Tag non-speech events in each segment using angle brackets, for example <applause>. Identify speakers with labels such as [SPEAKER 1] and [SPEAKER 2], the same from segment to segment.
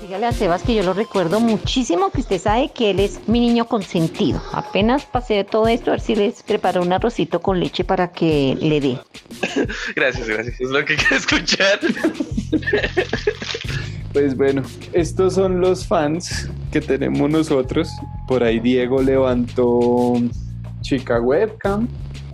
[SPEAKER 1] Dígale a Sebas que yo lo recuerdo muchísimo, que usted sabe que él es mi niño consentido. Apenas pasé de todo esto, a ver si les preparo un arrocito con leche para que le dé.
[SPEAKER 2] Gracias, gracias. Es lo que <laughs> quiero escuchar.
[SPEAKER 3] Pues bueno, estos son los fans que tenemos nosotros. Por ahí Diego levantó chica webcam,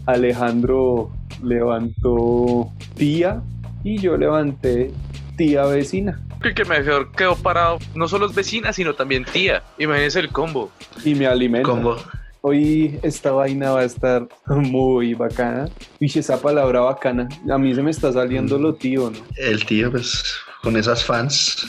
[SPEAKER 3] Alejandro levantó tía y yo levanté tía vecina.
[SPEAKER 2] Que- que mejor quedó parado. No solo es vecina, sino también tía. Imagínense el combo.
[SPEAKER 3] Y me alimento.
[SPEAKER 2] Combo.
[SPEAKER 3] Hoy esta vaina va a estar muy bacana. Y esa palabra bacana. A mí se me está
[SPEAKER 4] Mm.
[SPEAKER 3] saliendo lo tío, ¿no?
[SPEAKER 4] El tío, pues, con esas fans,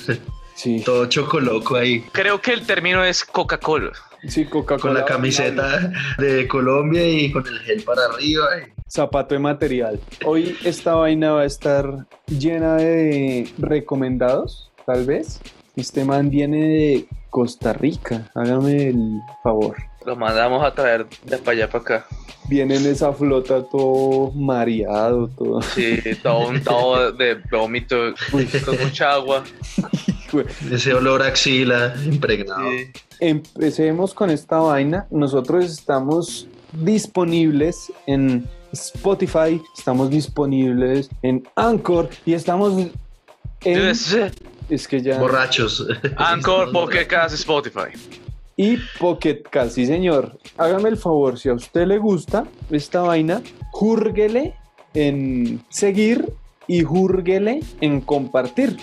[SPEAKER 3] Sí.
[SPEAKER 4] todo chocoloco ahí,
[SPEAKER 2] Creo que el término es Coca-Cola.
[SPEAKER 3] Sí, Coca-Cola.
[SPEAKER 4] con la camiseta de Colombia y con el gel para arriba. eh.
[SPEAKER 3] Zapato de material. Hoy esta vaina va a estar llena de recomendados, tal vez. Este man viene de Costa Rica. Hágame el favor.
[SPEAKER 2] Lo mandamos a traer de para allá para acá.
[SPEAKER 3] Viene en esa flota todo mareado, todo.
[SPEAKER 2] Sí, todo un todo de vómito con mucha agua.
[SPEAKER 4] Ese olor a axila impregnado.
[SPEAKER 2] Sí.
[SPEAKER 3] Empecemos con esta vaina. Nosotros estamos disponibles en Spotify, estamos disponibles en Anchor y estamos en...
[SPEAKER 2] Entonces,
[SPEAKER 3] Es que ya...
[SPEAKER 4] Borrachos.
[SPEAKER 2] Anchor, Pocket Cast, Spotify.
[SPEAKER 3] Y Pocket Cast, sí señor. Hágame el favor, si a usted le gusta esta vaina, júrguele en seguir y júrguele en compartir.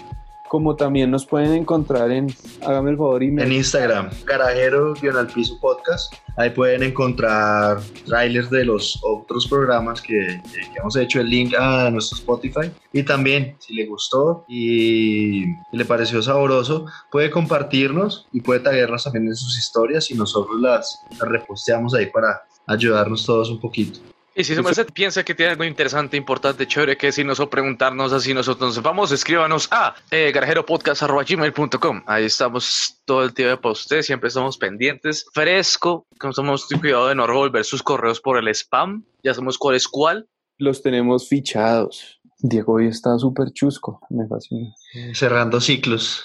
[SPEAKER 3] Como también nos pueden encontrar en... Hágame el favor y me...
[SPEAKER 4] En Instagram, garajero-al piso podcast. Ahí pueden encontrar trailers de los otros programas que, que hemos hecho, el link a nuestro Spotify. Y también, si le gustó y, y le pareció sabroso, puede compartirnos y puede taguearnos también en sus historias y nosotros las, las reposteamos ahí para ayudarnos todos un poquito.
[SPEAKER 2] Y si su merced piensa que tiene algo interesante, importante, chévere que decirnos o preguntarnos así nosotros nos vamos, escríbanos a eh, garajeropodcast.gmail.com. Ahí estamos todo el tiempo para usted, siempre estamos pendientes, fresco, como estamos cuidado de no revolver sus correos por el spam, ya sabemos cuál es cuál.
[SPEAKER 3] los tenemos fichados. Diego hoy está súper chusco, me fascina.
[SPEAKER 4] Cerrando ciclos.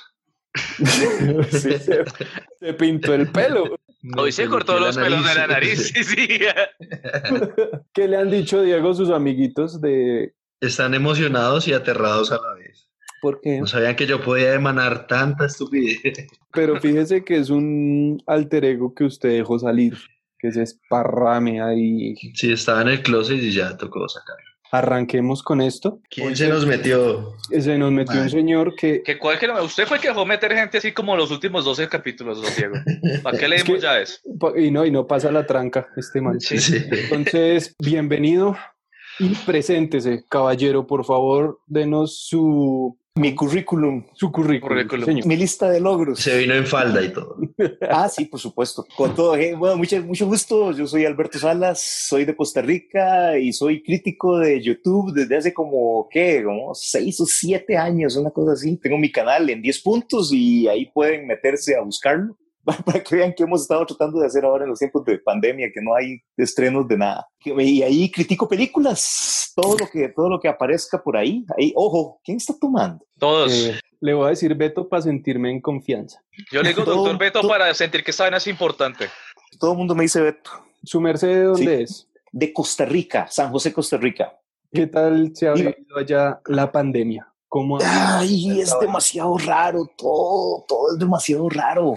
[SPEAKER 3] Sí, se, se pintó el pelo.
[SPEAKER 2] Hoy se cortó los pelos de la nariz. Sí, sí.
[SPEAKER 3] ¿Qué le han dicho Diego sus amiguitos de
[SPEAKER 4] <laughs> Están emocionados y aterrados a la vez.
[SPEAKER 3] por qué?
[SPEAKER 4] No sabían que yo podía emanar tanta estupidez.
[SPEAKER 3] Pero fíjese que es un alter ego que usted dejó salir, que se esparrame ahí.
[SPEAKER 4] Sí, estaba en el closet y ya tocó sacarlo.
[SPEAKER 3] Arranquemos con esto.
[SPEAKER 4] ¿Quién se nos metió?
[SPEAKER 3] Se nos metió un
[SPEAKER 4] Ay.
[SPEAKER 3] señor que
[SPEAKER 2] <laughs> Que cuál que no- usted fue el que dejó meter gente así como los últimos 12 capítulos, don Diego. ¿Para qué le
[SPEAKER 3] Es
[SPEAKER 2] dimos
[SPEAKER 3] que-
[SPEAKER 2] ya eso?
[SPEAKER 3] pa- y no y no pasa la tranca este man.
[SPEAKER 2] Sí.
[SPEAKER 4] Sí.
[SPEAKER 3] Entonces, bienvenido y preséntese, caballero, por favor, denos su
[SPEAKER 5] Mi currículum,
[SPEAKER 3] su currículum,
[SPEAKER 2] Currículum.
[SPEAKER 3] señor.
[SPEAKER 5] mi lista de logros.
[SPEAKER 4] Se vino en falda y todo.
[SPEAKER 5] Ah, sí, por supuesto. Con todo, eh, bueno, mucho, mucho gusto. Yo soy Alberto Salas, soy de Costa Rica y soy crítico de YouTube desde hace como, ¿qué? Como seis o siete años, una cosa así. Tengo mi canal en 10 puntos y ahí pueden meterse a buscarlo <laughs> para que vean qué hemos estado tratando de hacer ahora en los tiempos de pandemia, que no hay estrenos de nada. Y ahí critico películas, todo lo que, todo lo que aparezca por ahí. Ahí, ojo, ¿quién está tomando?
[SPEAKER 2] Todos.
[SPEAKER 3] Eh, le voy a decir Beto para sentirme en confianza.
[SPEAKER 2] Yo le digo,
[SPEAKER 5] todo-
[SPEAKER 2] doctor Beto,
[SPEAKER 5] todo-
[SPEAKER 2] para sentir que esta vaina es importante.
[SPEAKER 5] Todo el mundo me dice Beto.
[SPEAKER 3] ¿Su merced de dónde es?
[SPEAKER 5] de Costa Rica, San José, Costa Rica.
[SPEAKER 3] ¿Qué tal se ha
[SPEAKER 5] Diga.
[SPEAKER 3] vivido allá la pandemia? ¿Cómo
[SPEAKER 2] Ah,
[SPEAKER 3] ha-
[SPEAKER 5] Ay, es demasiado raro, todo, todo es demasiado raro.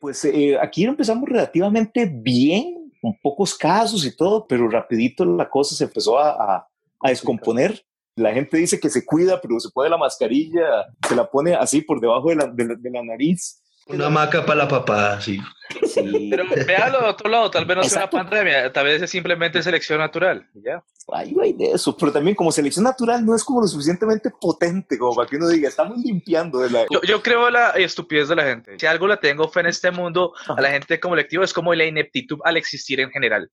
[SPEAKER 5] Pues eh, aquí empezamos relativamente bien, con pocos casos y todo, pero rapidito la cosa se empezó a, a- a descomponer. La gente dice que se cuida, pero se pone la mascarilla, se la pone así por debajo de la, de la- de la nariz.
[SPEAKER 4] Una hamaca para la papá, sí.
[SPEAKER 5] <laughs> Sí.
[SPEAKER 2] Pero véalo de otro lado, tal vez no sea una
[SPEAKER 5] Exacto.
[SPEAKER 2] pandemia, tal vez es simplemente selección natural. y Ya.
[SPEAKER 5] Ay, güey, de eso. Pero también como selección natural no es como lo suficientemente potente como para que uno diga, estamos limpiando de la...
[SPEAKER 2] Yo, yo creo la estupidez de la gente. Si algo la tengo fe en este mundo, a la gente como colectivo es como la ineptitud al existir en general.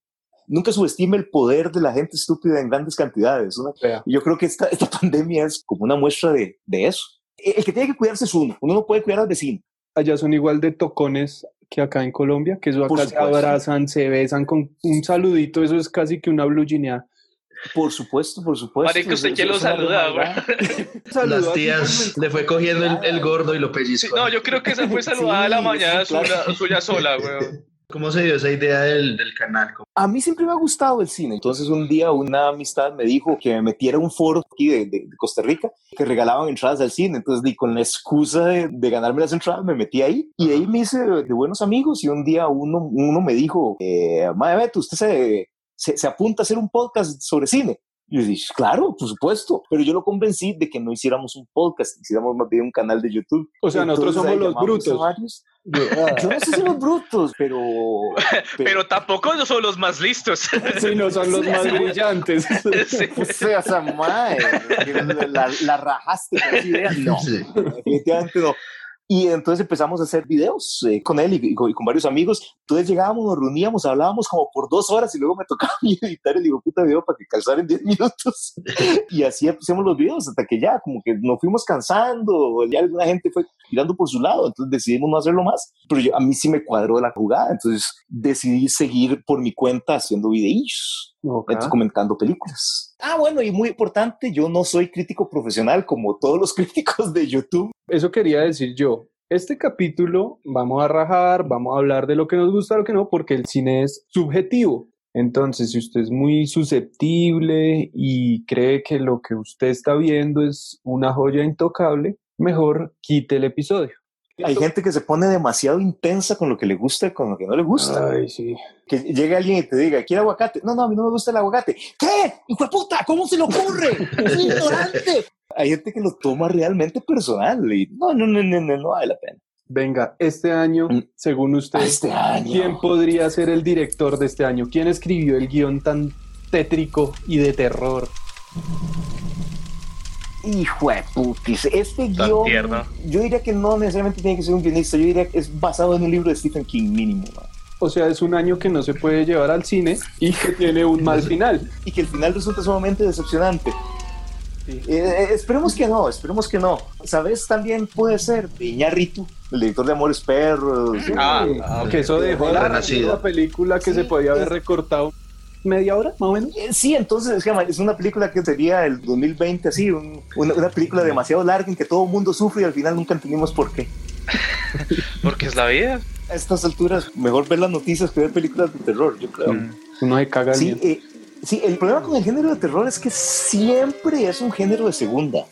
[SPEAKER 5] nunca subestime el poder de la gente estúpida en grandes cantidades. Una-
[SPEAKER 3] Vea.
[SPEAKER 5] yo creo que esta, esta <laughs> pandemia es como una muestra de, de eso. E, El el que tiene que cuidarse es uno. Uno no puede cuidar al vecino.
[SPEAKER 3] allá son igual de tocones que acá en Colombia? Que eso
[SPEAKER 5] Por
[SPEAKER 3] acá se
[SPEAKER 5] supuesto. <laughs>
[SPEAKER 3] abrazan, se besan con un saludito, eso es casi que una blue
[SPEAKER 5] Por supuesto, por supuesto.
[SPEAKER 2] Marica, ¿usted
[SPEAKER 5] Eso-
[SPEAKER 2] quién
[SPEAKER 5] eso
[SPEAKER 2] lo
[SPEAKER 5] es una
[SPEAKER 2] saluda,
[SPEAKER 5] normalidad.
[SPEAKER 4] <laughs>
[SPEAKER 3] Saludó
[SPEAKER 4] Las
[SPEAKER 3] así
[SPEAKER 4] tías
[SPEAKER 3] como
[SPEAKER 4] le fue cogiendo el, el gordo y lo
[SPEAKER 2] Sí,
[SPEAKER 4] pellizcó.
[SPEAKER 2] no, yo creo que esa fue saludada de la
[SPEAKER 5] <laughs> Sí,
[SPEAKER 2] mañana
[SPEAKER 5] sí, claro.
[SPEAKER 2] sola- suya
[SPEAKER 5] <laughs>
[SPEAKER 2] sola, weón.
[SPEAKER 4] ¿Cómo se dio esa idea del, del canal? ¿Cómo-
[SPEAKER 5] A mí siempre me ha gustado el cine. Entonces un día una amistad me dijo que me metiera a un foro aquí de, de- de Costa Rica que regalaban entradas al cine. Entonces di con la excusa de, de ganarme las entradas me metí ahí y de ahí me hice de, de buenos amigos y un día uno, uno me dijo, eh, Mae Beto, usted se, se, se apunta a hacer un podcast sobre cine. Y yo dije, claro, por supuesto. Pero yo lo convencí de que no hiciéramos un podcast, hiciéramos más bien un canal de YouTube.
[SPEAKER 3] O sea, nosotros somos
[SPEAKER 5] ahí
[SPEAKER 3] los
[SPEAKER 5] llamamos
[SPEAKER 3] brutos.
[SPEAKER 5] a varios. Yo no sé si los brutos, pero...
[SPEAKER 3] <laughs>
[SPEAKER 2] Pero tampoco no son los más
[SPEAKER 5] <laughs>
[SPEAKER 2] listos. <laughs>
[SPEAKER 3] Sí, no son los más brillantes. <laughs>
[SPEAKER 2] Sí.
[SPEAKER 5] O sea, esa madre, que la, la- la rajaste con esa idea. No,
[SPEAKER 4] Sí.
[SPEAKER 5] definitivamente no. Y entonces empezamos a hacer videos eh, con él y, y con, y con varios amigos. Entonces llegábamos, nos reuníamos, hablábamos como por dos horas y luego me tocaba a mí editar el hijo puta video para que calzara en 10 minutos. <laughs> Y así hacíamos los videos hasta que ya como que nos fuimos cansando, ya alguna gente fue tirando por su lado, entonces decidimos no hacerlo más. Pero yo, a mí sí me cuadró la jugada, entonces decidí seguir por mi cuenta haciendo videos. Entonces, comentando películas. Ah, bueno, y muy importante, yo no soy crítico profesional como todos los <laughs> críticos de YouTube.
[SPEAKER 3] Eso quería decir yo. Este capítulo vamos a rajar, vamos a hablar de lo que nos gusta, lo que no, porque el cine es subjetivo. Entonces, si usted es muy susceptible y cree que lo que usted está viendo es una joya intocable, mejor quite el episodio.
[SPEAKER 5] Hay gente que se pone demasiado intensa con lo que le gusta y con lo que no le gusta.
[SPEAKER 3] Ay, sí.
[SPEAKER 5] Que llegue alguien y te diga, ¿quiere aguacate? No, no, a mí no me gusta el aguacate. ¿Qué? ¡Hijo de puta! ¿Cómo se le ocurre? ¡Es ignorante! <laughs> Hay gente que lo toma realmente personal y no, no, no, no, no, no vale la pena.
[SPEAKER 3] Venga, este año,
[SPEAKER 5] Mm.
[SPEAKER 3] según usted,
[SPEAKER 5] Ah, Este año.
[SPEAKER 3] ¿quién podría ser el director de este año? ¿Quién escribió el guión tan tétrico y de terror?
[SPEAKER 5] Hijo de putis, este
[SPEAKER 2] Tan
[SPEAKER 5] guión,
[SPEAKER 2] tierno.
[SPEAKER 5] yo diría que no necesariamente tiene que ser un guionista, yo diría que es basado en un libro de Stephen King mínimo, ¿no?
[SPEAKER 3] O sea, es un año que no se puede llevar al cine y que tiene un mal final.
[SPEAKER 5] y que el final resulta sumamente decepcionante.
[SPEAKER 3] Sí.
[SPEAKER 5] Eh, eh, esperemos que no, esperemos que no. ¿Sabes? También puede ser de Iñárritu, el director de Amores Perros.
[SPEAKER 2] Ah,
[SPEAKER 3] Sí,
[SPEAKER 4] ah, ok.
[SPEAKER 3] que eso dejó la
[SPEAKER 4] Renacido.
[SPEAKER 3] la película que
[SPEAKER 5] Sí,
[SPEAKER 3] se podía haber
[SPEAKER 5] es-
[SPEAKER 3] recortado media hora, más o menos.
[SPEAKER 5] Eh, Sí, entonces es que, ma, es una película que sería el 2020 así, un- una, una película demasiado larga en que todo el mundo sufre y al final nunca entendimos por qué.
[SPEAKER 2] Porque es la vida.
[SPEAKER 5] A estas alturas, mejor ver las noticias que ver películas de terror, yo creo.
[SPEAKER 3] Uno se caga
[SPEAKER 5] Sí, eh, sí, el problema con el género de terror es que siempre es un género de segunda,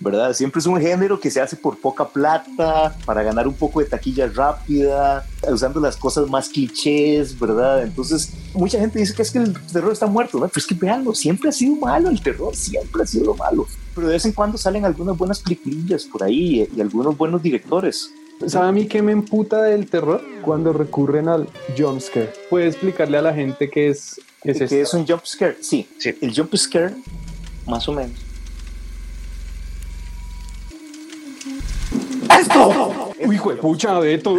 [SPEAKER 5] ¿verdad? Siempre es un género que se hace por poca plata, para ganar un poco de taquilla rápida, usando las cosas más clichés, ¿verdad? Entonces, mucha gente dice que es que el terror está muerto, ¿verdad? Pero es que veanlo, siempre ha sido malo el terror, siempre ha sido lo malo. Pero de vez en cuando salen algunas buenas peliculillas por ahí eh, y algunos buenos directores.
[SPEAKER 3] ¿Sabe a mí qué me emputa del terror? Cuando recurren al jumpscare. ¿Puede explicarle a la gente qué es, qué es
[SPEAKER 5] que
[SPEAKER 3] esto?
[SPEAKER 5] es un jump scare, sí.
[SPEAKER 2] Sí.
[SPEAKER 5] El jump scare, más o menos. ¡Esto!
[SPEAKER 3] Uy, hijo de pucha, Beto.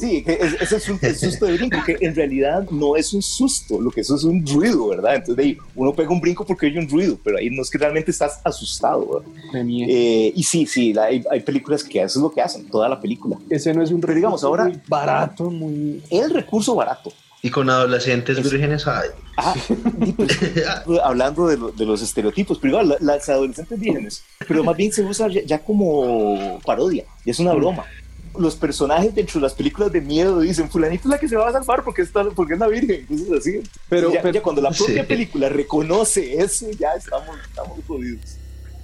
[SPEAKER 5] Sí, que es, es el, susto, el susto de brinco, que en realidad no es un susto, lo que eso es un ruido, ¿verdad? Entonces de ahí uno pega un brinco porque oye un ruido, pero ahí no es que realmente estás asustado. ¿verdad?
[SPEAKER 3] Me mie-
[SPEAKER 5] Eh, y sí, sí, la- hay, hay películas que eso es lo que hacen, toda la película.
[SPEAKER 3] Ese no es un
[SPEAKER 5] pero digamos,
[SPEAKER 3] recurso
[SPEAKER 5] ahora-
[SPEAKER 3] muy barato, muy...
[SPEAKER 5] El recurso barato.
[SPEAKER 4] Y con adolescentes vírgenes, ay. <laughs>
[SPEAKER 5] Ah, y pues, hablando de, lo- de los estereotipos, pero igual, la- las adolescentes vírgenes, pero más bien se usa ya, ya como parodia, ya es una
[SPEAKER 3] Mm.
[SPEAKER 5] broma. Los personajes dentro de las películas de miedo dicen, fulanito es la que se va a salvar porque, está, porque es la virgen, cosas así.
[SPEAKER 3] Pero,
[SPEAKER 5] ya,
[SPEAKER 3] pero- <laughs>
[SPEAKER 5] ya cuando la propia
[SPEAKER 4] Sí.
[SPEAKER 5] película reconoce eso, ya estamos, estamos jodidos.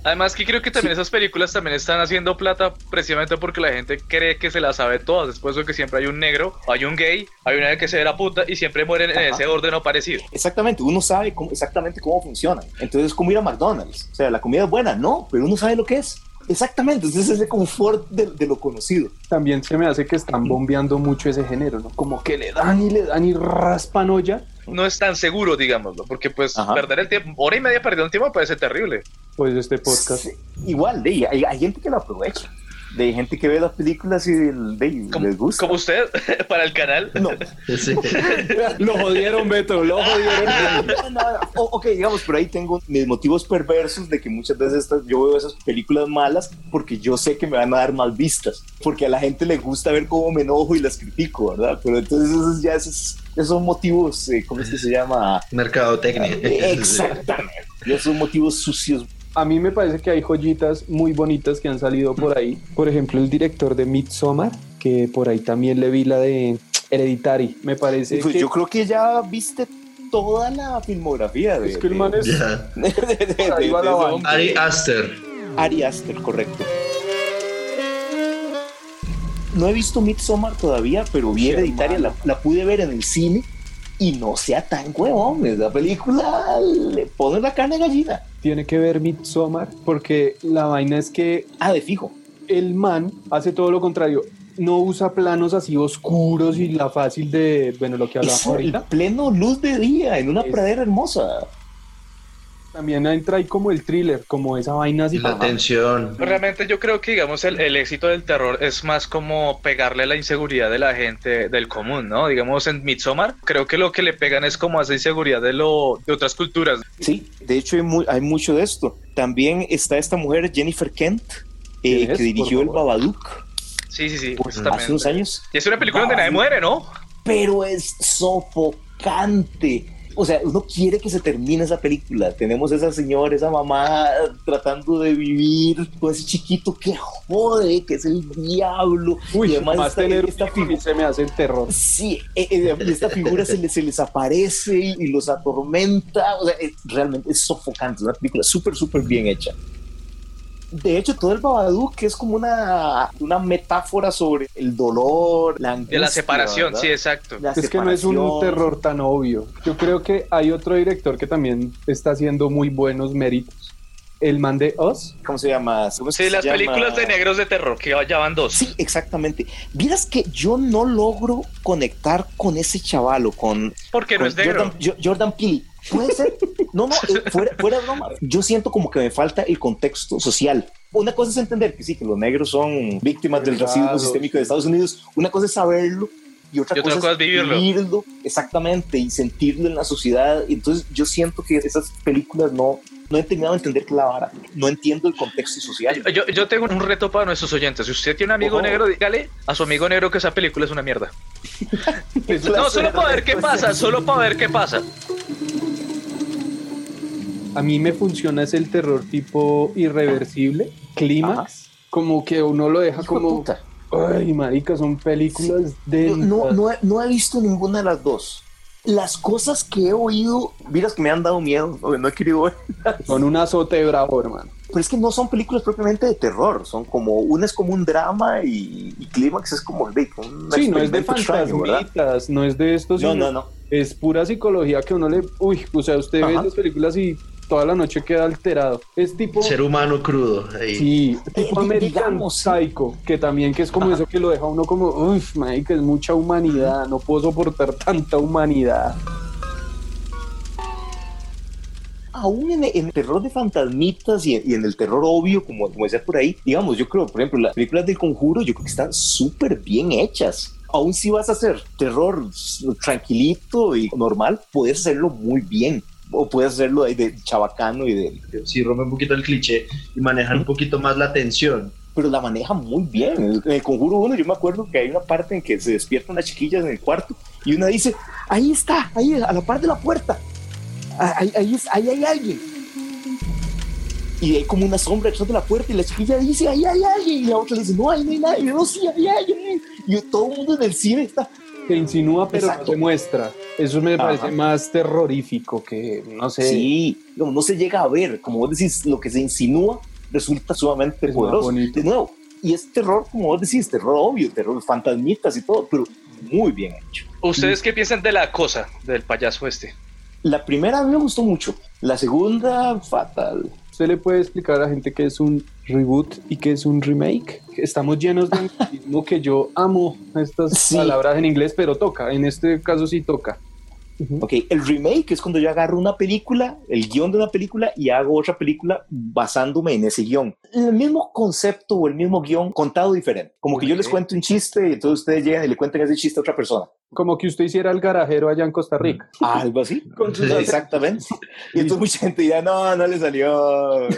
[SPEAKER 2] Además que creo que también esas películas también están haciendo plata precisamente porque la gente cree que se las sabe todas. Después de que siempre hay un negro, hay un gay, hay una que se ve la puta y siempre mueren en
[SPEAKER 5] Ajá.
[SPEAKER 2] ese orden o parecido.
[SPEAKER 5] Exactamente, uno sabe cómo- exactamente cómo funciona. Entonces es como ir a McDonald's. O sea, la comida es buena, no, pero uno sabe lo que es. Exactamente, entonces es ese confort de- de lo conocido.
[SPEAKER 3] también se me hace que están bombeando mucho ese género, ¿no? Como que le dan y le dan y raspan olla.
[SPEAKER 2] No es tan seguro, digámoslo, porque pues
[SPEAKER 5] Ajá.
[SPEAKER 2] perder el tiempo, hora y media perdiendo el tiempo puede ser terrible.
[SPEAKER 3] Pues este podcast.
[SPEAKER 5] Sí, Igual, de, hay, hay gente que lo aprovecha. de gente que ve las películas y de-
[SPEAKER 2] Como,
[SPEAKER 5] les gusta.
[SPEAKER 2] como usted, <laughs> para el canal.
[SPEAKER 5] <laughs> No,
[SPEAKER 4] Sí.
[SPEAKER 3] <laughs> Lo jodieron, Beto, lo jodieron.
[SPEAKER 5] <laughs> No, no, no. O- ok, digamos, por ahí tengo mis motivos perversos de que muchas veces estas- yo veo esas películas malas porque yo sé que me van a dar mal vistas, porque a la gente le gusta ver cómo me enojo y las critico, ¿verdad? Pero entonces esos, ya esos, esos son motivos, eh, ¿cómo es que se llama? <laughs>
[SPEAKER 4] Mercadotecnia.
[SPEAKER 5] Exactamente. Ya son motivos sucios.
[SPEAKER 3] A mí me parece que hay joyitas muy bonitas que han salido por ahí. Por ejemplo, el director de Midsommar, que por ahí también le vi la de Hereditary. Me parece
[SPEAKER 5] Pues
[SPEAKER 3] que...
[SPEAKER 5] yo creo que ya viste toda la filmografía de...
[SPEAKER 3] es que el
[SPEAKER 5] de-
[SPEAKER 3] man es-
[SPEAKER 4] <laughs> Ya.
[SPEAKER 5] de- de- de- de-
[SPEAKER 3] Ahí va la
[SPEAKER 5] de-
[SPEAKER 3] banda.
[SPEAKER 5] hombre.
[SPEAKER 4] Ari Aster.
[SPEAKER 5] Ari Aster, correcto. No he visto Midsommar todavía, pero vi
[SPEAKER 3] Sí,
[SPEAKER 5] Hereditaria, la,
[SPEAKER 3] hermano.
[SPEAKER 5] la pude ver en el cine y no sea tan huevón. La película le pone la carne de gallina.
[SPEAKER 3] tiene que ver Midsommar, porque la vaina es que
[SPEAKER 5] Ah, de fijo.
[SPEAKER 3] el man hace todo lo contrario. No usa planos así oscuros y la fácil de, bueno, lo que hablamos
[SPEAKER 5] Es el
[SPEAKER 3] ahorita.
[SPEAKER 5] pleno luz de día en una
[SPEAKER 3] Es-
[SPEAKER 5] pradera hermosa.
[SPEAKER 3] También entra ahí como el thriller, como esa vaina así.
[SPEAKER 4] Y la tensión.
[SPEAKER 2] Realmente yo creo que, digamos, el, el éxito del terror es más como pegarle a la inseguridad de la gente del común, ¿no? Digamos, en Midsommar, creo que lo que le pegan es como a esa inseguridad de, lo, de otras culturas.
[SPEAKER 5] Sí, de hecho hay, mu- hay mucho de esto. También está esta mujer, Jennifer Kent, eh,
[SPEAKER 3] ¿Quién es?
[SPEAKER 5] que dirigió
[SPEAKER 3] Por
[SPEAKER 5] El
[SPEAKER 3] favor.
[SPEAKER 5] Babadook
[SPEAKER 2] Sí, sí, pues sí.
[SPEAKER 5] hace unos
[SPEAKER 2] justamente.
[SPEAKER 5] años.
[SPEAKER 2] Y es una película donde nadie muere, ¿no?
[SPEAKER 5] pero es sofocante. O sea, uno quiere que se termine esa película. Tenemos a esa señora, esa mamá tratando de vivir con ese chiquito que jode, que es el diablo.
[SPEAKER 3] Uy,
[SPEAKER 5] y además
[SPEAKER 3] más
[SPEAKER 5] esta-
[SPEAKER 3] tener
[SPEAKER 5] esta
[SPEAKER 3] un hijo
[SPEAKER 5] figura.
[SPEAKER 3] se me hace el terror.
[SPEAKER 5] Sí, eh, eh, esta figura se les, se les aparece y, y los atormenta. O sea, es- realmente es sofocante. Es una película súper, súper bien hecha. De hecho, todo el Babadook es como una, una metáfora sobre el dolor,
[SPEAKER 2] De la
[SPEAKER 5] la angustia,
[SPEAKER 2] separación,
[SPEAKER 5] ¿verdad?
[SPEAKER 2] sí, exacto.
[SPEAKER 5] La
[SPEAKER 3] Es que no es un
[SPEAKER 5] separación.
[SPEAKER 3] terror tan obvio. Yo creo que hay otro director que también está haciendo muy buenos méritos. El man de Oz.
[SPEAKER 5] ¿Cómo se llama? ¿Cómo es que
[SPEAKER 2] Sí,
[SPEAKER 5] se
[SPEAKER 2] las
[SPEAKER 5] llama?
[SPEAKER 2] películas de negros de terror, que ya van dos.
[SPEAKER 5] Sí, exactamente. Vieras que yo no logro conectar con ese chavalo, con,
[SPEAKER 2] Porque no
[SPEAKER 5] con
[SPEAKER 2] es negro.
[SPEAKER 5] Jordan, Jo- Jordan Peele. Puede ser. No, no, eh, fuera, fuera de broma. Yo siento como que me falta el contexto social. Una cosa es entender que sí, que los negros son víctimas del racismo
[SPEAKER 3] Claro,
[SPEAKER 5] sistémico de Estados Unidos. Una cosa es saberlo y otra,
[SPEAKER 2] Y otra cosa es vivirlo.
[SPEAKER 5] exactamente y sentirlo en la sociedad. Entonces yo siento que esas películas no, no he terminado de entender que la vara. No entiendo el contexto social.
[SPEAKER 2] Yo, yo tengo un reto para nuestros oyentes. Si usted tiene un amigo
[SPEAKER 5] Ojo.
[SPEAKER 2] negro, dígale a su amigo negro que esa película es una mierda.
[SPEAKER 3] Eso-
[SPEAKER 2] No, solo para ver qué pasa, solo para ver qué pasa.
[SPEAKER 3] A mí me funciona es el terror tipo irreversible, clímax, como que uno lo deja
[SPEAKER 5] Hijo de
[SPEAKER 3] como,
[SPEAKER 5] puta.
[SPEAKER 3] ay, marica, son películas de
[SPEAKER 5] No, no, he- no he visto ninguna de las dos. Las cosas que he oído, miras que me han dado miedo, o que no he querido ver,
[SPEAKER 3] son un azote bravo, hermano.
[SPEAKER 5] pero es que no son películas propiamente de terror, son como, una es como un drama y, y Clímax es como el
[SPEAKER 3] Sí, no es de fantasmitas, no es de esto,
[SPEAKER 5] No,
[SPEAKER 3] sino
[SPEAKER 5] no, no.
[SPEAKER 3] es pura psicología que uno le, uy, o sea, usted ve
[SPEAKER 5] Ajá.
[SPEAKER 3] las películas y toda la noche queda alterado. Es tipo
[SPEAKER 4] Ser humano crudo. ahí.
[SPEAKER 3] Sí, tipo
[SPEAKER 5] Eh, di-
[SPEAKER 3] American
[SPEAKER 5] digamos, sí.
[SPEAKER 3] Psycho, que también que es como
[SPEAKER 5] Ajá.
[SPEAKER 3] eso que lo deja uno como, uff, marica, es mucha humanidad, no puedo soportar tanta humanidad.
[SPEAKER 5] Aún en, en el terror de fantasmitas y en, y en el terror obvio, como, como decía por ahí, digamos, yo creo, por ejemplo, las películas del conjuro, yo creo que están súper bien hechas. Aún si vas a hacer terror s- tranquilito y normal, puedes hacerlo muy bien. O puedes hacerlo ahí de chabacano y de...
[SPEAKER 4] Si rompe un poquito el cliché y manejan un poquito más la tensión.
[SPEAKER 5] Pero la maneja muy bien. En el- en el Conjuro 1 yo me acuerdo que hay una parte en que se despiertan las chiquillas en el cuarto y una dice, ahí está, ahí a la par de la puerta. Ah, Ahí, ahí, es- ahí hay alguien. Y hay como una sombra detrás de la puerta y la chiquilla dice, ahí hay alguien. Y la otra le dice, no, ahí no hay nadie. Y yo, no, sí, ahí hay alguien. Y todo el mundo en el cine está...
[SPEAKER 3] Se insinúa, pero
[SPEAKER 5] Exacto.
[SPEAKER 3] no se muestra. Eso me
[SPEAKER 5] Ajá.
[SPEAKER 3] parece más terrorífico que, no sé,
[SPEAKER 5] Sí, digamos, no se llega a ver, como vos decís, lo que se insinúa resulta sumamente
[SPEAKER 3] Es más
[SPEAKER 5] poderoso.
[SPEAKER 3] bonito.
[SPEAKER 5] De nuevo, y es terror, como vos decís, terror obvio, terror fantasmitas y todo, pero muy bien hecho.
[SPEAKER 2] ¿Ustedes qué piensan de la cosa del payaso este?
[SPEAKER 5] La primera a mí me gustó mucho, la segunda fatal.
[SPEAKER 3] ¿Usted le puede explicar a la gente qué es un reboot y qué es un remake? Estamos llenos de anglicismo que yo amo estas
[SPEAKER 5] Sí.
[SPEAKER 3] palabras en inglés, pero toca, en este caso sí toca. Ujú.
[SPEAKER 5] Ok, el remake es cuando yo agarro una película, el guión de una película y hago otra película basándome en ese guión. El mismo concepto o el mismo guión contado diferente. Como que yo les
[SPEAKER 2] Ok.
[SPEAKER 5] cuento un chiste y entonces ustedes llegan y le cuentan ese chiste a otra persona.
[SPEAKER 3] Como que usted hiciera el garajero allá en Costa Rica.
[SPEAKER 5] Algo así.
[SPEAKER 3] <laughs> Con sus- <laughs>
[SPEAKER 5] Exactamente. Y entonces mucha gente dirá, no, no le salió.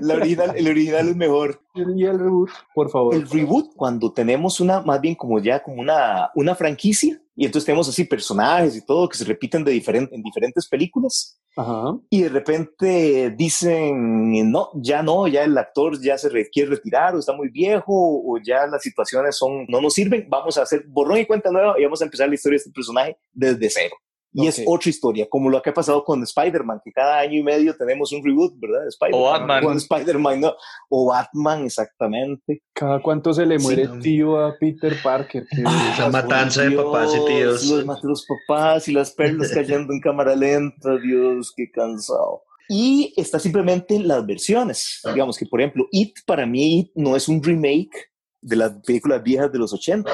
[SPEAKER 5] La original, el original es mejor.
[SPEAKER 3] Y el reboot, por favor.
[SPEAKER 5] El reboot, cuando tenemos una, más bien como ya como una, una franquicia, y entonces tenemos así personajes y todo que se repiten de diferen- en diferentes películas,
[SPEAKER 3] Ajá.
[SPEAKER 5] y de repente dicen, eh, no, ya no, ya el actor ya se re- quiere retirar o está muy viejo o ya las situaciones son, no nos sirven, vamos a hacer borrón y cuenta nueva y vamos a empezar la historia de este personaje desde cero. Y es
[SPEAKER 3] Ok.
[SPEAKER 5] otra historia, como lo que ha pasado con Spider-Man, que cada año y medio tenemos un reboot, ¿verdad? de Spider-Man.
[SPEAKER 2] O Batman.
[SPEAKER 5] Con Spider-Man, no. O Batman, exactamente.
[SPEAKER 3] Cada cuánto se le
[SPEAKER 5] Sí, Ah,
[SPEAKER 3] muere
[SPEAKER 4] no.
[SPEAKER 3] tío a Peter Parker. Eh, Qué
[SPEAKER 4] La
[SPEAKER 5] Dios,
[SPEAKER 4] matanza de papás y tíos.
[SPEAKER 5] Los, mat- los papás y las perlas cayendo en cámara lenta, Dios, qué cansado. Y está simplemente las versiones. Digamos que, por ejemplo, It, para mí, It no es un remake de las películas viejas de los 80,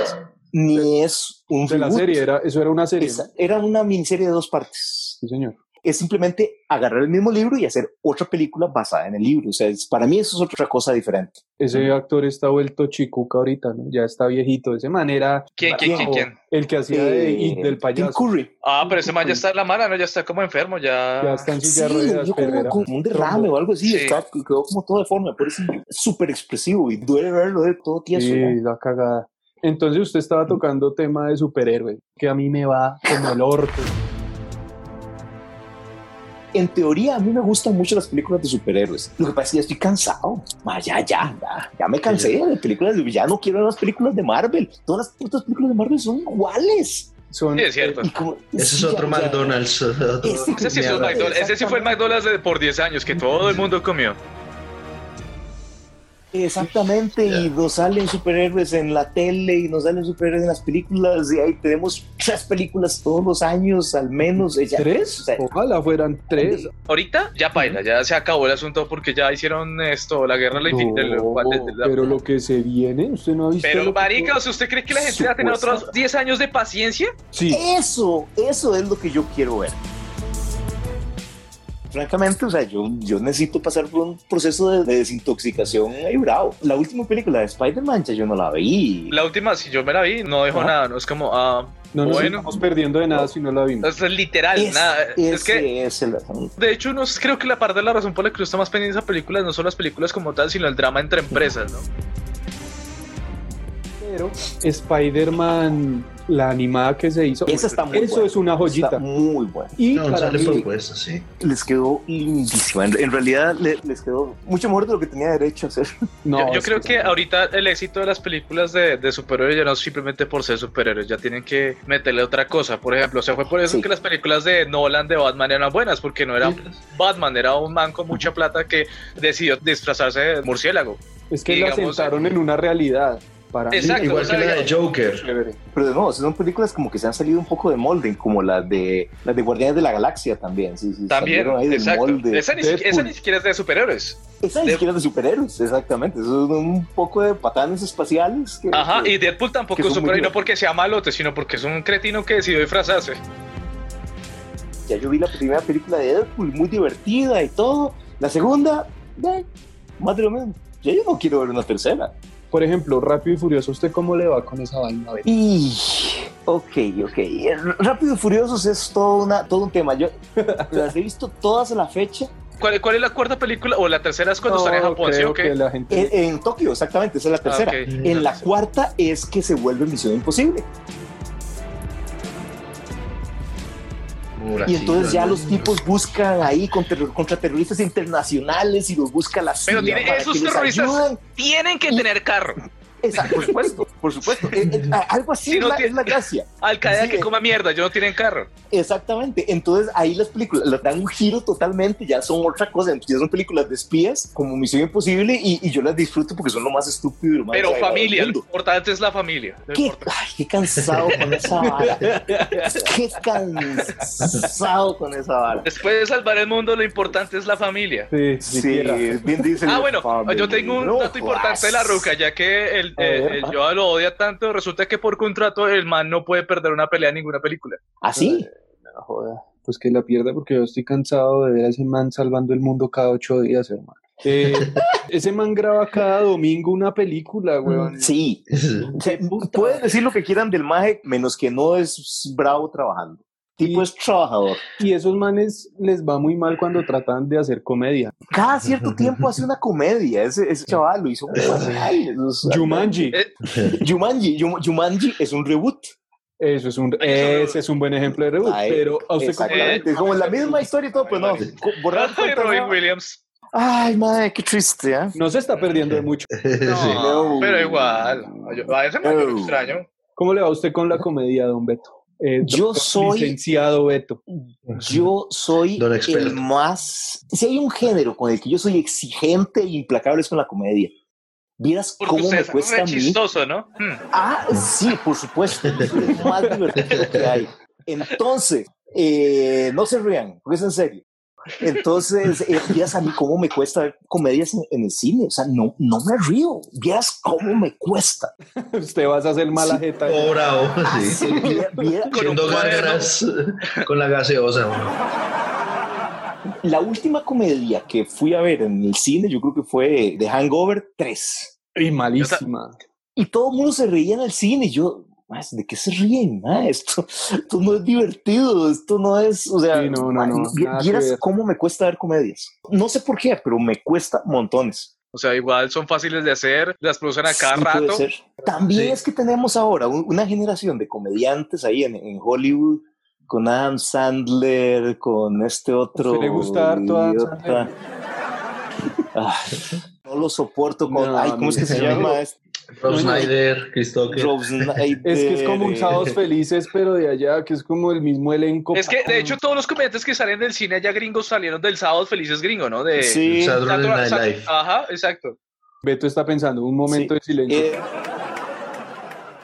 [SPEAKER 5] ni es un
[SPEAKER 3] De la
[SPEAKER 5] reboot.
[SPEAKER 3] serie, era, eso era una serie. ¿no?
[SPEAKER 5] Esa- era una miniserie de dos partes.
[SPEAKER 3] Sí, señor.
[SPEAKER 5] Es simplemente agarrar el mismo libro y hacer otra película basada en el libro. O sea, es- para mí eso es otra cosa diferente.
[SPEAKER 3] Ese actor está vuelto chicuca ahorita, ¿no? Ya está viejito. De ese manera.
[SPEAKER 2] ¿Quién, quién, quién,
[SPEAKER 5] Bravo.
[SPEAKER 2] quién?
[SPEAKER 3] El que hacía de
[SPEAKER 5] Eh,
[SPEAKER 3] It, del
[SPEAKER 5] Tim
[SPEAKER 3] payaso.
[SPEAKER 5] Curry.
[SPEAKER 2] Ah, pero ese man ya está en la mala, ¿no? Ya está como enfermo, ya.
[SPEAKER 3] Ya está en
[SPEAKER 5] Ah, Sí,
[SPEAKER 3] silla de
[SPEAKER 5] le
[SPEAKER 3] ruedas,
[SPEAKER 5] dio
[SPEAKER 3] pero
[SPEAKER 5] como,
[SPEAKER 3] era-
[SPEAKER 5] como un derrame o algo así,
[SPEAKER 2] Sí.
[SPEAKER 5] estaba- quedó como todo deforme, por eso es súper expresivo y duele verlo de todo tieso.
[SPEAKER 3] Sí,
[SPEAKER 5] ¿no?
[SPEAKER 3] la cagada. Entonces usted estaba tocando tema de superhéroes, que a mí me va como el orto.
[SPEAKER 5] En teoría, a mí me gustan mucho las películas de superhéroes. Lo que pasa es que ya estoy cansado. Ma, ya, ya, ya, ya me cansé de películas, de- ya no quiero las películas de Marvel. Todas las putas películas de Marvel son iguales.
[SPEAKER 3] Son,
[SPEAKER 2] Sí, es
[SPEAKER 5] <laughs>
[SPEAKER 2] cierto.
[SPEAKER 5] Y como-
[SPEAKER 4] pues, Ese es
[SPEAKER 5] sí,
[SPEAKER 4] otro
[SPEAKER 5] ya, ya.
[SPEAKER 4] McDonald's.
[SPEAKER 5] Ese-
[SPEAKER 2] Ese sí, es un
[SPEAKER 5] Mierda.
[SPEAKER 2] McDonald's. Ese sí fue el McDonald's de por 10 años que todo el mundo comió.
[SPEAKER 5] Exactamente, y nos salen superhéroes en la tele y nos salen superhéroes en las películas y ahí tenemos tres películas todos los años al menos. eh, ya- o
[SPEAKER 3] ¿Tres?
[SPEAKER 5] sea,
[SPEAKER 3] Ojalá fueran tres.
[SPEAKER 2] Ahorita ya paila, ya se acabó el asunto porque ya hicieron esto, la guerra de la infinita.
[SPEAKER 3] No, pero lo que se viene, usted no ha visto. lo
[SPEAKER 2] Pero,
[SPEAKER 3] que-
[SPEAKER 2] marica, o sea, ¿usted cree que la gente va a tener
[SPEAKER 5] Supuesto.
[SPEAKER 2] otros 10 años de paciencia?
[SPEAKER 3] Sí,
[SPEAKER 5] Eso, eso es lo que yo quiero ver. Francamente, o sea, yo, yo necesito pasar por un proceso de, de desintoxicación ahí bravo. La última película de Spider-Man, ya yo no la vi.
[SPEAKER 2] La última, si yo me la vi, no dejó
[SPEAKER 5] Ajá.
[SPEAKER 2] nada, no es como, ah,
[SPEAKER 3] no nos
[SPEAKER 2] Bueno.
[SPEAKER 3] estamos perdiendo de nada si no la vimos.
[SPEAKER 2] es literal,
[SPEAKER 5] Es-
[SPEAKER 2] nada. Es
[SPEAKER 5] ese
[SPEAKER 2] que
[SPEAKER 5] es el asunto.
[SPEAKER 2] De hecho, no, es- creo que la parte de la razón por la que yo estoy más pendiente de esa película no son las películas como tal, sino el drama entre empresas, ¿no?
[SPEAKER 3] Pero Spider-Man, la animada que se hizo,
[SPEAKER 5] Esa está muy
[SPEAKER 3] eso
[SPEAKER 5] buena.
[SPEAKER 3] es una
[SPEAKER 5] Está
[SPEAKER 3] joyita.
[SPEAKER 5] muy bueno.
[SPEAKER 3] Y
[SPEAKER 4] No,
[SPEAKER 3] para
[SPEAKER 4] sale
[SPEAKER 3] mí,
[SPEAKER 5] pues.
[SPEAKER 4] propuesta, sí.
[SPEAKER 5] Les quedó lindísima. En, en realidad, le- les quedó mucho mejor de lo que tenía derecho a hacer. <laughs>
[SPEAKER 3] no,
[SPEAKER 2] yo yo
[SPEAKER 3] es
[SPEAKER 2] creo que ahorita el éxito de las películas de, de superhéroes ya no es simplemente por ser superhéroes, ya tienen que meterle otra cosa. Por ejemplo, o sea, fue por eso
[SPEAKER 5] Sí.
[SPEAKER 2] que las películas de Nolan de Batman eran buenas, porque no era Batman, era un man con mucha plata que decidió disfrazarse de murciélago.
[SPEAKER 3] es que la
[SPEAKER 2] digamos, eh,
[SPEAKER 3] sentaron en una realidad. Para mí,
[SPEAKER 2] Exacto,
[SPEAKER 4] Igual
[SPEAKER 2] o
[SPEAKER 4] que
[SPEAKER 2] sea,
[SPEAKER 4] la
[SPEAKER 2] ya-
[SPEAKER 4] de Joker.
[SPEAKER 3] chévere.
[SPEAKER 5] Pero de nuevo, son películas como que se han salido un poco de molde, como las de, las de Guardianes de la Galaxia también. Sí, sí,
[SPEAKER 2] También,
[SPEAKER 5] salieron ahí del
[SPEAKER 2] exacto.
[SPEAKER 5] molde.
[SPEAKER 2] Esa ni, si- esa
[SPEAKER 3] Deadpool.
[SPEAKER 2] ni siquiera es de superhéroes.
[SPEAKER 5] Esa ni
[SPEAKER 2] De-
[SPEAKER 5] siquiera es de superhéroes, exactamente. Eso es un poco de patanes espaciales. que-
[SPEAKER 2] Ajá,
[SPEAKER 5] que-
[SPEAKER 2] y Deadpool tampoco
[SPEAKER 5] que
[SPEAKER 2] es
[SPEAKER 5] son muy
[SPEAKER 2] superhéroe, no
[SPEAKER 5] buenas.
[SPEAKER 2] porque sea malote, sino porque es un cretino que decidió disfrazarse.
[SPEAKER 5] Ya yo vi la primera película de Deadpool, muy divertida y todo. La segunda, ya, más de lo mismo. Ya yo no quiero ver una tercera.
[SPEAKER 3] Por ejemplo, Rápido y Furioso, ¿usted cómo le va con esa vaina? A ver.
[SPEAKER 5] Y... Ok, ok. R- Rápido y Furiosos es todo, una, todo un tema. Yo <laughs> las he visto todas a la fecha.
[SPEAKER 2] ¿Cuál, cuál es la cuarta película? ¿O la tercera es cuando
[SPEAKER 3] No,
[SPEAKER 2] están en Japón? ¿sí
[SPEAKER 3] creo
[SPEAKER 2] o qué?
[SPEAKER 3] que la gente...
[SPEAKER 5] En, en Tokio, exactamente, esa es la
[SPEAKER 2] Ah,
[SPEAKER 5] tercera.
[SPEAKER 2] ok.
[SPEAKER 5] En la cuarta es que se vuelve Misión Imposible. Y entonces ya
[SPEAKER 4] <laughs>
[SPEAKER 5] los tipos buscan ahí con terror- contra terroristas internacionales y los busca la CIA
[SPEAKER 2] Pero tiene-
[SPEAKER 5] para
[SPEAKER 2] esos
[SPEAKER 5] que les
[SPEAKER 2] terroristas-
[SPEAKER 5] ayuden.
[SPEAKER 2] Tienen que tener carro.
[SPEAKER 5] Esa- por supuesto, por supuesto. <laughs> Eh, eh, a- algo así
[SPEAKER 2] Si
[SPEAKER 5] es,
[SPEAKER 2] no
[SPEAKER 5] la,
[SPEAKER 2] tiene-
[SPEAKER 5] es la gracia.
[SPEAKER 2] Al Qaeda
[SPEAKER 5] Sí,
[SPEAKER 2] que
[SPEAKER 5] eh.
[SPEAKER 2] coma mierda, yo no tienen carro.
[SPEAKER 5] Exactamente. Entonces ahí las películas les dan un giro totalmente, ya son otra cosa. Entonces, ya son películas de espías como Misión Imposible y, y yo las disfruto porque son lo más estúpido y lo más
[SPEAKER 2] Pero
[SPEAKER 5] desagradable del
[SPEAKER 2] familia, lo
[SPEAKER 5] mundo.
[SPEAKER 2] importante es la familia. No
[SPEAKER 5] ¿Qué?
[SPEAKER 2] importa.
[SPEAKER 5] Ay, qué cansado con esa
[SPEAKER 2] <laughs>
[SPEAKER 5] vara. Qué cansado con esa vara.
[SPEAKER 2] Después de salvar el mundo, lo importante es la familia.
[SPEAKER 3] Sí,
[SPEAKER 5] Sí,
[SPEAKER 3] siquiera.
[SPEAKER 5] bien dice
[SPEAKER 2] Ah,
[SPEAKER 5] el
[SPEAKER 2] bueno,
[SPEAKER 5] Fabio,
[SPEAKER 2] yo tengo un
[SPEAKER 5] no
[SPEAKER 2] dato importante de la ruca, ya que el,
[SPEAKER 3] A ver,
[SPEAKER 2] eh, el Joa lo odia tanto, resulta que por contrato el man no puede perder una pelea en ninguna película.
[SPEAKER 5] ¿Ah, sí?
[SPEAKER 3] no joda. Pues que la pierda porque yo estoy cansado de ver a ese man salvando el mundo cada ocho días, hermano. <laughs> Eh, ese man graba cada domingo una película, weón.
[SPEAKER 5] Sí. O sea, pueden decir lo que quieran del maje, menos que no es bravo trabajando. Tipo es trabajador.
[SPEAKER 3] Y esos manes les va muy mal cuando tratan de hacer comedia. <laughs>
[SPEAKER 5] Cada cierto tiempo hace una comedia. Ese, ese chaval lo hizo. Ay, eso es-
[SPEAKER 3] Jumanji.
[SPEAKER 5] Jumanji, Jum- Jumanji es un reboot.
[SPEAKER 3] Eso es un, ese es un buen ejemplo de reboot.
[SPEAKER 5] Ay,
[SPEAKER 3] pero a usted cómo-
[SPEAKER 5] Exactamente. Es como la misma historia y todo, pero no. Borrar
[SPEAKER 2] <laughs> Ay, Ah, Robin
[SPEAKER 5] cuentas,
[SPEAKER 2] Williams.
[SPEAKER 5] no. Ay, madre, qué triste, ¿eh?
[SPEAKER 3] no se está perdiendo de mucho.
[SPEAKER 4] Sí.
[SPEAKER 2] No,
[SPEAKER 5] No.
[SPEAKER 2] Pero igual. yo- A ese man yo lo
[SPEAKER 5] No.
[SPEAKER 2] extraño.
[SPEAKER 3] ¿Cómo le va a usted con la comedia, don Beto? Eh,
[SPEAKER 5] Yo
[SPEAKER 3] doctor
[SPEAKER 5] soy-
[SPEAKER 3] Licenciado Beto.
[SPEAKER 5] Yo soy
[SPEAKER 4] Don experto.
[SPEAKER 5] el más. Si hay un género con el que yo soy exigente e implacable es con la comedia. Vieras
[SPEAKER 2] Porque
[SPEAKER 5] cómo me
[SPEAKER 2] ustedes son
[SPEAKER 5] cuesta
[SPEAKER 2] re
[SPEAKER 5] a mí.
[SPEAKER 2] chistoso, ¿no? Hmm.
[SPEAKER 5] Ah, sí, por supuesto. Es lo más divertido que hay. Entonces, eh, no se rían, porque es en serio. Entonces, eh, vieras a mí cómo me cuesta ver comedias en, en el cine. O sea, no, no me río. Vieras cómo me cuesta.
[SPEAKER 3] <laughs> Usted vas a hacer mala jeta.
[SPEAKER 4] O bravo, oh,
[SPEAKER 5] Ah,
[SPEAKER 4] sí.
[SPEAKER 5] Así, viera- viera-
[SPEAKER 2] Con un
[SPEAKER 4] Haciendo
[SPEAKER 2] cuaderno.
[SPEAKER 4] gárgaras <laughs> con la gaseosa. güey.
[SPEAKER 5] La última comedia que fui a ver en el cine, yo creo que fue The Hangover 3.
[SPEAKER 3] Y malísima.
[SPEAKER 5] Y todo el mundo se reía en el cine. Y yo, "Más, ¿de qué se ríen? ma? Esto, esto no es divertido. Esto no es. O sea,
[SPEAKER 3] Sí, no, no,
[SPEAKER 5] ma,
[SPEAKER 3] no,
[SPEAKER 5] vi-
[SPEAKER 3] nada que
[SPEAKER 5] vieras
[SPEAKER 3] ver.
[SPEAKER 5] cómo me cuesta ver comedias. No sé por qué, pero me cuesta montones.
[SPEAKER 2] O sea, igual son fáciles de hacer, las producen a cada
[SPEAKER 5] Sí, puede
[SPEAKER 2] rato.
[SPEAKER 5] ser. También
[SPEAKER 4] Sí.
[SPEAKER 5] es que tenemos ahora un- una generación de comediantes ahí en, en Hollywood con Adam Sandler, con este otro.
[SPEAKER 3] Pues le gusta harto Adam
[SPEAKER 5] idiota.
[SPEAKER 3] Sandler?
[SPEAKER 5] Ah, no lo soporto con.
[SPEAKER 3] No,
[SPEAKER 5] ay, ¿cómo es que se
[SPEAKER 4] mira.
[SPEAKER 5] llama? este?
[SPEAKER 4] Rob
[SPEAKER 3] No, no.
[SPEAKER 4] Snyder, Chris Tucker.
[SPEAKER 5] Rob Schneider.
[SPEAKER 3] Es que es como un
[SPEAKER 5] eh,
[SPEAKER 3] Sábados Felices, pero de allá, que es como el mismo elenco.
[SPEAKER 2] Es que, de hecho, todos los comediantes que salen del cine allá gringos salieron del Sábado Felices Gringo, ¿no? De
[SPEAKER 5] Sí,
[SPEAKER 4] Saturday
[SPEAKER 2] Saturday-
[SPEAKER 4] Night
[SPEAKER 2] Sat-
[SPEAKER 4] Live.
[SPEAKER 2] Ajá, exacto.
[SPEAKER 3] Beto está pensando, un momento
[SPEAKER 5] Sí.
[SPEAKER 3] de silencio.
[SPEAKER 5] eh,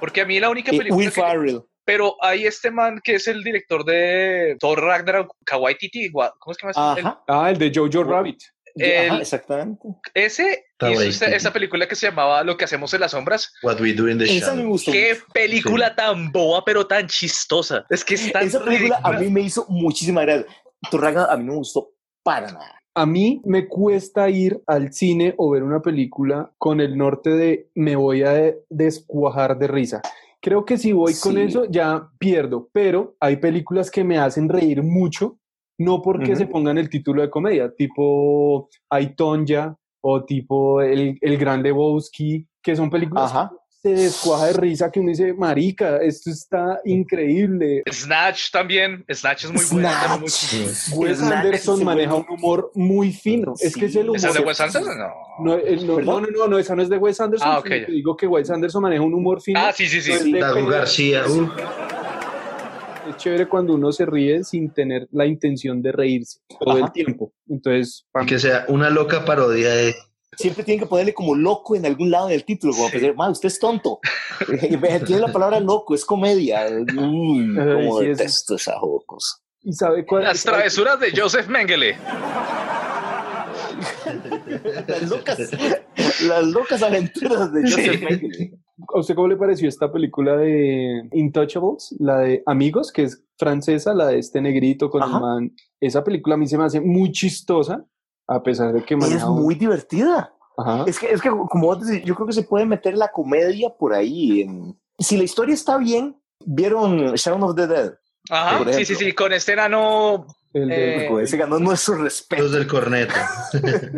[SPEAKER 2] Porque a mí la única
[SPEAKER 5] eh,
[SPEAKER 2] película
[SPEAKER 5] Will
[SPEAKER 2] que-
[SPEAKER 5] Farrell.
[SPEAKER 2] Pero hay este man que es el director de Thor Ragnarok, Kawaii Titi, ¿cómo es que más?
[SPEAKER 5] Ajá.
[SPEAKER 3] Ah, el de Jojo Rabbit.
[SPEAKER 5] Ajá,
[SPEAKER 2] el-
[SPEAKER 5] exactamente.
[SPEAKER 2] Ese
[SPEAKER 4] Kawaii
[SPEAKER 2] hizo esta-
[SPEAKER 4] Titi.
[SPEAKER 2] esa película que se llamaba Lo que hacemos en las sombras.
[SPEAKER 4] What we do in the
[SPEAKER 5] Esa me
[SPEAKER 4] shadows.
[SPEAKER 5] gustó.
[SPEAKER 2] Qué
[SPEAKER 5] mucho.
[SPEAKER 2] película tan boba, pero tan chistosa. Es que es tan
[SPEAKER 5] Esa película a
[SPEAKER 2] ridícula.
[SPEAKER 5] mí me hizo muchísima gracia. Torraga a mí no me gustó para nada.
[SPEAKER 3] A mí me cuesta ir al cine o ver una película con el norte de me voy a de- descuajar de risa. Creo que si voy con
[SPEAKER 5] Sí.
[SPEAKER 3] eso ya pierdo, pero hay películas que me hacen reír mucho, no porque se
[SPEAKER 5] Ujú.
[SPEAKER 3] pongan el título de comedia, tipo Aitonja o tipo El, el Gran Lebowski, que son películas
[SPEAKER 5] Ajá.
[SPEAKER 3] que se descuaja de risa que uno dice, marica, esto está increíble.
[SPEAKER 2] Snatch también. Snatch es muy buena. también muy-
[SPEAKER 5] Snatch.
[SPEAKER 3] Wes
[SPEAKER 5] Snatch
[SPEAKER 3] Anderson
[SPEAKER 5] se
[SPEAKER 3] maneja
[SPEAKER 5] vuelve-
[SPEAKER 3] un humor muy fino. Es que es
[SPEAKER 5] Sí.
[SPEAKER 3] el humor.
[SPEAKER 2] ¿Esa es de Wes Anderson? No.
[SPEAKER 3] No, el- no, no,
[SPEAKER 5] ¿Perdón?
[SPEAKER 3] no, no, no, esa no es de Wes Anderson.
[SPEAKER 2] Ah, ok,
[SPEAKER 3] sino que
[SPEAKER 2] ya.
[SPEAKER 3] Digo que Wes Anderson maneja un humor fino.
[SPEAKER 2] Ah, sí, sí, sí.
[SPEAKER 3] Sí.
[SPEAKER 4] Dago
[SPEAKER 3] Pero-
[SPEAKER 4] García, uh,
[SPEAKER 3] Es chévere cuando uno se ríe sin tener la intención de reírse todo
[SPEAKER 5] Ajá.
[SPEAKER 3] el tiempo. Entonces, pa-
[SPEAKER 4] y que sea una loca parodia de.
[SPEAKER 5] Siempre tienen que ponerle como loco en algún lado del título. Como pensar, "Ma, usted
[SPEAKER 2] <laughs>
[SPEAKER 5] es tonto. Eh, Tiene la palabra loco, es comedia. Uy,
[SPEAKER 3] Ay,
[SPEAKER 5] como
[SPEAKER 3] sí, es-
[SPEAKER 5] detesto esa jo- cosa.
[SPEAKER 3] ¿y sabe cuál
[SPEAKER 2] Las travesuras de Joseph Mengele.
[SPEAKER 5] Las locas, las locas aventuras de Joseph Mengele.
[SPEAKER 3] ¿A usted cómo le pareció esta película de Intouchables? La de Amigos, que es francesa, la de este negrito con
[SPEAKER 5] Ajá.
[SPEAKER 3] el man. Esa película a mí se me hace muy chistosa, a pesar de que
[SPEAKER 5] Es
[SPEAKER 3] maneja un-
[SPEAKER 5] muy divertida.
[SPEAKER 3] Ajá.
[SPEAKER 5] Es que, es que como vos decís, yo creo que se puede meter la comedia por ahí. en- Si la historia está bien, ¿vieron Shaun of the Dead?
[SPEAKER 2] Ajá,
[SPEAKER 5] Por
[SPEAKER 2] sí, sí,
[SPEAKER 5] ejemplo.
[SPEAKER 2] sí. Con este enano.
[SPEAKER 3] El de-
[SPEAKER 2] Eh,
[SPEAKER 5] Ese ganó nuestro respeto.
[SPEAKER 4] Los del corneto.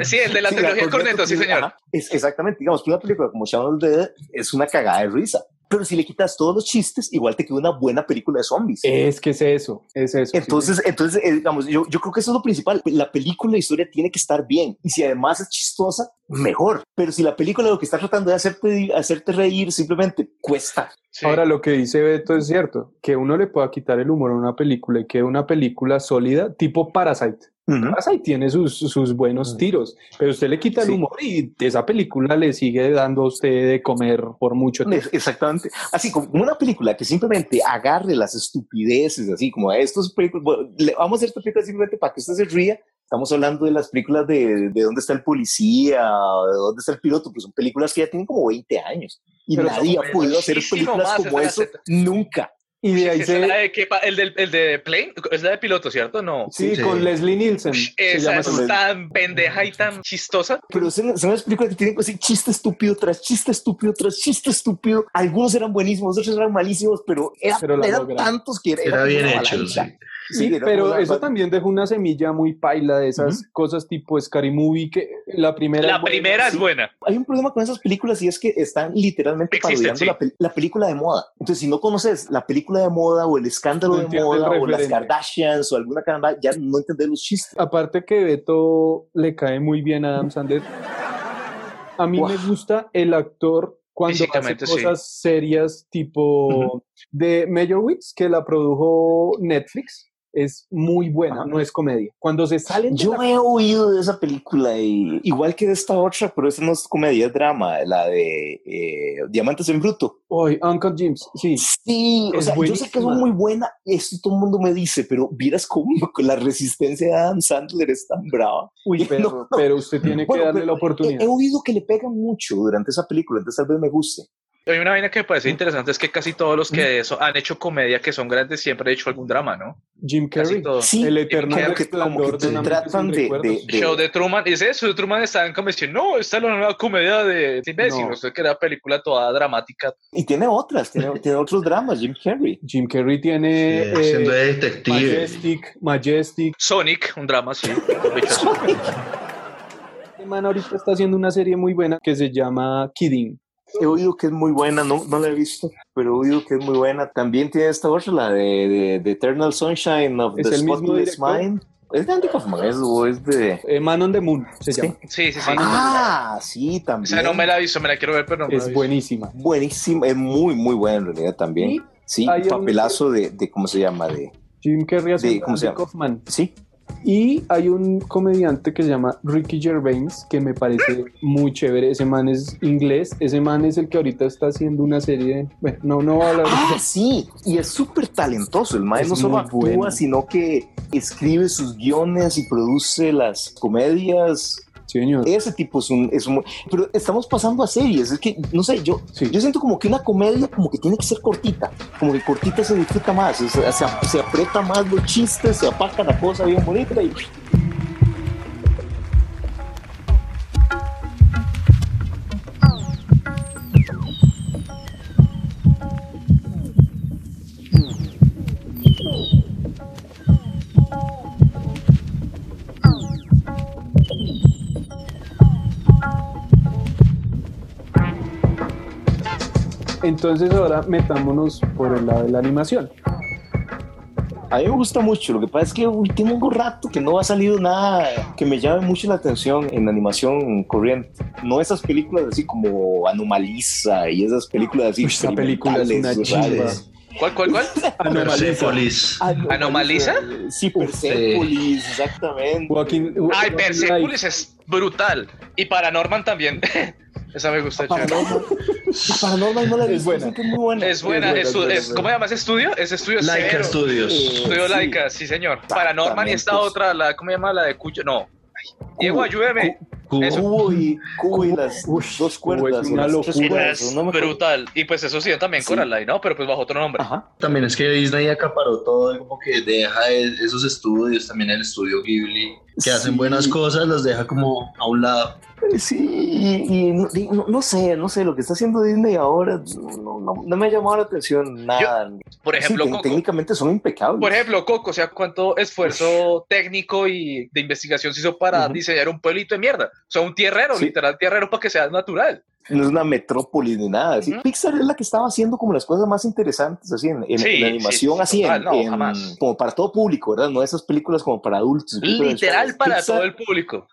[SPEAKER 2] Sí, el de la
[SPEAKER 5] Sí,
[SPEAKER 2] trilogía del
[SPEAKER 5] Cornetto
[SPEAKER 2] Corneto, sí,
[SPEAKER 5] tiene-
[SPEAKER 2] señor.
[SPEAKER 5] ajá, es, exactamente, digamos, una película como Shaun of the Dead es una cagada de risa. Pero si le quitas todos los chistes, igual te queda una buena película de zombies.
[SPEAKER 3] Es que es eso, es eso. Eh, sí.
[SPEAKER 5] entonces, entonces eh, digamos, yo, yo creo que eso es lo principal. La película, la historia tiene que estar bien. Y si además es chistosa, mejor. Pero si la película lo que está tratando de hacerte, hacerte reír simplemente cuesta.
[SPEAKER 2] Sí.
[SPEAKER 3] Ahora, lo que dice Beto es cierto, que uno le pueda quitar el humor a una película y que una película sólida, tipo Parasite.
[SPEAKER 5] Ujú.
[SPEAKER 3] Parasite tiene sus, sus
[SPEAKER 2] Mm.
[SPEAKER 3] buenos tiros, pero usted le quita el
[SPEAKER 5] Sí.
[SPEAKER 3] humor y esa película le sigue dando a usted de comer por mucho tiempo.
[SPEAKER 5] Es- Exactamente. Así como una película que simplemente agarre las estupideces, así como estos películas, bueno, le- vamos a hacer esta película simplemente para que usted se ría. Estamos hablando de las películas de, de dónde está el policía, de dónde está el piloto, pues son películas que ya tienen como 20 años y
[SPEAKER 3] Pero
[SPEAKER 5] nadie
[SPEAKER 2] son
[SPEAKER 5] ha podido hacer
[SPEAKER 2] muchísimo
[SPEAKER 5] películas
[SPEAKER 2] más,
[SPEAKER 5] como
[SPEAKER 2] esa es
[SPEAKER 5] eso
[SPEAKER 2] la
[SPEAKER 5] nunca.
[SPEAKER 3] Y de
[SPEAKER 2] <laughs>
[SPEAKER 3] ahí
[SPEAKER 2] Esa es la
[SPEAKER 3] se...
[SPEAKER 2] de que pa- el, del- el de Plane, es la de piloto, ¿cierto? No.
[SPEAKER 3] Sí,
[SPEAKER 4] Sí.
[SPEAKER 3] con Leslie Nielsen.
[SPEAKER 2] Ush,
[SPEAKER 3] se
[SPEAKER 2] Esa
[SPEAKER 3] llama
[SPEAKER 2] es
[SPEAKER 3] esa-
[SPEAKER 2] tan pendeja y tan chistosa.
[SPEAKER 5] Pero son, son las películas que tienen así chiste estúpido tras chiste estúpido tras chiste estúpido. Algunos eran buenísimos, otros eran malísimos, pero, era-
[SPEAKER 3] Pero la
[SPEAKER 5] eran
[SPEAKER 3] lograron.
[SPEAKER 5] tantos que era,
[SPEAKER 4] Era bien
[SPEAKER 5] una
[SPEAKER 4] hecho,
[SPEAKER 5] avalancha.
[SPEAKER 4] sí.
[SPEAKER 3] Sí,
[SPEAKER 5] Sí, era
[SPEAKER 3] pero
[SPEAKER 5] una-
[SPEAKER 3] eso también dejó una semilla muy paila de esas cosas tipo Scary Movie, que la primera...
[SPEAKER 2] La
[SPEAKER 3] es buena,
[SPEAKER 2] primera
[SPEAKER 3] sí.
[SPEAKER 2] es buena.
[SPEAKER 5] Hay un problema con esas películas y es que están literalmente
[SPEAKER 2] Existen,
[SPEAKER 5] parodiando
[SPEAKER 2] sí.
[SPEAKER 5] la, pel- la película de moda. Entonces, si no conoces la película de moda o el escándalo
[SPEAKER 3] No
[SPEAKER 5] de
[SPEAKER 3] entiendes el
[SPEAKER 5] moda o las
[SPEAKER 3] referente.
[SPEAKER 5] Kardashians o alguna caramba, ya no entendés los chistes.
[SPEAKER 3] Aparte que Beto le cae muy bien a Adam Sandler. A mí
[SPEAKER 5] Wow.
[SPEAKER 3] me gusta el actor cuando hace
[SPEAKER 2] Físicamente, sí.
[SPEAKER 3] cosas serias tipo
[SPEAKER 5] Ujú.
[SPEAKER 3] de Meyerowitz, que la produjo Netflix. Es muy buena,
[SPEAKER 5] Ajá.
[SPEAKER 3] no es comedia. Cuando se salen de
[SPEAKER 5] Yo
[SPEAKER 3] la-
[SPEAKER 5] he oído de esa película y igual que de esta otra, pero esta no es comedia, es drama, la de eh, Diamantes en Bruto.
[SPEAKER 3] Ay, Uncle James, sí.
[SPEAKER 5] Sí, o
[SPEAKER 3] Es
[SPEAKER 5] sea, yo sé que es
[SPEAKER 3] buenísima.
[SPEAKER 5] muy buena, esto todo el mundo me dice, pero vieras cómo <laughs> la resistencia de Adam Sandler es tan brava.
[SPEAKER 3] Uy,
[SPEAKER 5] <laughs> No,
[SPEAKER 3] pero,
[SPEAKER 5] no.
[SPEAKER 3] pero usted tiene
[SPEAKER 5] Bueno,
[SPEAKER 3] que darle la
[SPEAKER 5] pero He,
[SPEAKER 3] oportunidad.
[SPEAKER 5] he oído que le pegan mucho durante esa película, entonces tal vez me guste.
[SPEAKER 2] Hay una vaina que me parece interesante es que casi todos los que so- han hecho comedia que son grandes siempre han hecho algún drama, ¿no?
[SPEAKER 3] Jim
[SPEAKER 2] Casi
[SPEAKER 3] Carrey,
[SPEAKER 2] todos.
[SPEAKER 5] Sí,
[SPEAKER 3] el eterno
[SPEAKER 2] como
[SPEAKER 5] que- como
[SPEAKER 3] resplandor
[SPEAKER 5] que
[SPEAKER 3] de una
[SPEAKER 5] te
[SPEAKER 3] mente sin
[SPEAKER 5] tratan de-
[SPEAKER 3] recuerdos.
[SPEAKER 5] de-
[SPEAKER 2] Show de Truman, y ese show de Truman estaban como diciendo, no, esta es la nueva comedia de Tim Bessie,
[SPEAKER 3] No.
[SPEAKER 2] no sé que era película toda dramática.
[SPEAKER 5] Y tiene otras, tiene,
[SPEAKER 2] <laughs>
[SPEAKER 5] tiene otros dramas, Jim Carrey.
[SPEAKER 3] Jim Carrey tiene
[SPEAKER 4] Eh, siendo
[SPEAKER 3] eh,
[SPEAKER 4] detective.
[SPEAKER 3] Majestic, Majestic.
[SPEAKER 2] Sonic, un drama, sí. con bichos.
[SPEAKER 3] Este man ahorita está haciendo una serie muy buena que se llama Kidding.
[SPEAKER 5] He oído que es muy buena, no, no la he visto, pero he oído que es muy buena. También tiene esta otra, la de, de- de Eternal Sunshine of
[SPEAKER 3] ¿Es
[SPEAKER 5] the
[SPEAKER 3] el mismo
[SPEAKER 5] Spotless
[SPEAKER 3] director?
[SPEAKER 5] Mind. Es de Andy Kaufman, es, o es de...
[SPEAKER 3] Eh, man on the Moon se
[SPEAKER 5] Sí.
[SPEAKER 3] llama.
[SPEAKER 2] Sí, sí, sí.
[SPEAKER 5] Ah, sí, también.
[SPEAKER 2] o sea, no me la aviso, me la quiero ver, pero no me la
[SPEAKER 3] Es
[SPEAKER 2] aviso.
[SPEAKER 3] buenísima.
[SPEAKER 5] Buenísimo, es muy, muy buena en realidad también.
[SPEAKER 3] Y
[SPEAKER 5] Sí,
[SPEAKER 3] hay un-
[SPEAKER 5] papelazo de, de, ¿cómo se llama? De,
[SPEAKER 3] Jim Carrey hace
[SPEAKER 5] Sí, ¿cómo se
[SPEAKER 3] Andy
[SPEAKER 5] llama?
[SPEAKER 3] Kaufman.
[SPEAKER 5] sí,
[SPEAKER 3] Y hay un comediante que se llama Ricky Gervais que me parece muy chévere. Ese man es inglés. Ese man es el que ahorita está haciendo una serie. Bueno, no, no va a hablar. de-
[SPEAKER 5] Ah, sí, y es súper talentoso. El maestro
[SPEAKER 3] Es
[SPEAKER 5] no solo
[SPEAKER 3] muy
[SPEAKER 5] actúa,
[SPEAKER 3] bueno.
[SPEAKER 5] sino que escribe sus guiones y produce las comedias.
[SPEAKER 3] Sí, señor.
[SPEAKER 5] Ese tipo es un, es un- Pero estamos pasando a series. Es que, no sé, yo,
[SPEAKER 3] Sí.
[SPEAKER 5] yo siento como que una comedia como que tiene que ser cortita. Como que cortita se disfruta más. o sea, se, ap- se aprieta más los chistes, se apaca la cosa bien bonita y...
[SPEAKER 3] Entonces ahora metámonos por el lado de la animación.
[SPEAKER 5] A mí me gusta mucho, lo que pasa es que uy, tengo un rato que no ha salido nada que me llame mucho la atención en animación corriente. No esas películas así como Anomaliza y esas películas así.
[SPEAKER 3] Uy, esa película es una
[SPEAKER 5] experimentales,
[SPEAKER 2] ¿Cuál, cuál, cuál?
[SPEAKER 4] Persepolis.
[SPEAKER 5] raras.
[SPEAKER 2] ¿Anomaliza?
[SPEAKER 5] Sí, Persepolis, exactamente.
[SPEAKER 3] Joaquín,
[SPEAKER 2] Ay,
[SPEAKER 5] <laughs>
[SPEAKER 3] Joaquín
[SPEAKER 2] Persepolis es brutal. Y Paranorman también. <laughs> Esa me gusta. chévere.
[SPEAKER 5] Paranormal. La Paranormal no la he
[SPEAKER 3] Es
[SPEAKER 5] visto,
[SPEAKER 3] buena.
[SPEAKER 5] dicen que es muy buena.
[SPEAKER 2] Es buena.
[SPEAKER 3] buena,
[SPEAKER 2] es
[SPEAKER 3] es
[SPEAKER 2] su-
[SPEAKER 3] buena,
[SPEAKER 2] es-
[SPEAKER 3] es buena.
[SPEAKER 2] ¿Cómo llamas estudio? Es estudio
[SPEAKER 4] Laika
[SPEAKER 2] cero.
[SPEAKER 4] Studios.
[SPEAKER 5] Eh,
[SPEAKER 2] Estudio
[SPEAKER 5] sí. Ah, pues.
[SPEAKER 2] Laika, sí, señor. Paranorman y esta
[SPEAKER 5] Exactamente.
[SPEAKER 2] otra, la, ¿cómo se llama? La de Cuyo. No. Ay, Diego,
[SPEAKER 5] Cubo.
[SPEAKER 2] ayúdeme.
[SPEAKER 4] Cubo.
[SPEAKER 2] eso.
[SPEAKER 5] Cubo y, Cubo y las
[SPEAKER 3] Uy,
[SPEAKER 5] dos
[SPEAKER 3] Cubo es
[SPEAKER 5] cuerdas. o
[SPEAKER 3] una
[SPEAKER 5] las tres
[SPEAKER 3] locura.
[SPEAKER 5] cuerdas,
[SPEAKER 2] Es
[SPEAKER 5] no me acuerdo.
[SPEAKER 2] brutal. Y pues eso sí, también
[SPEAKER 5] Sí. Ah,
[SPEAKER 2] Coraline, ¿no? Pero pues bajo otro nombre.
[SPEAKER 5] Ajá.
[SPEAKER 4] También es que Disney acaparó todo y como que deja es- esos estudios, también el estudio Ghibli, que hacen
[SPEAKER 5] Sí.
[SPEAKER 4] buenas cosas, los deja como a un lado.
[SPEAKER 5] Sí, y, y no, di- no- no sé, no sé, lo que está haciendo Disney ahora no, no- no me ha llamado la atención nada.
[SPEAKER 2] Por
[SPEAKER 5] Sí,
[SPEAKER 2] ejemplo,
[SPEAKER 5] te-
[SPEAKER 2] Coco.
[SPEAKER 5] técnicamente son impecables.
[SPEAKER 2] Por ejemplo, Coco, o sea, cuánto esfuerzo técnico y de investigación se hizo para
[SPEAKER 5] Ujú.
[SPEAKER 2] diseñar un pueblito de mierda. O sea, un tierrero,
[SPEAKER 5] Sí.
[SPEAKER 2] literal tierrero para que sea natural.
[SPEAKER 5] No es una metrópoli ni nada. sí.
[SPEAKER 2] Ujú.
[SPEAKER 5] Pixar es la que estaba haciendo como las cosas más interesantes, así en, en-
[SPEAKER 2] Sí,
[SPEAKER 5] en la
[SPEAKER 2] sí,
[SPEAKER 5] animación,
[SPEAKER 2] sí,
[SPEAKER 5] así en-
[SPEAKER 2] total, no,
[SPEAKER 5] en-
[SPEAKER 2] jamás.
[SPEAKER 5] como para todo público, ¿verdad? No esas películas como para adultos. películas
[SPEAKER 2] Literal
[SPEAKER 5] para-
[SPEAKER 2] para
[SPEAKER 5] Pixar-
[SPEAKER 2] todo el público.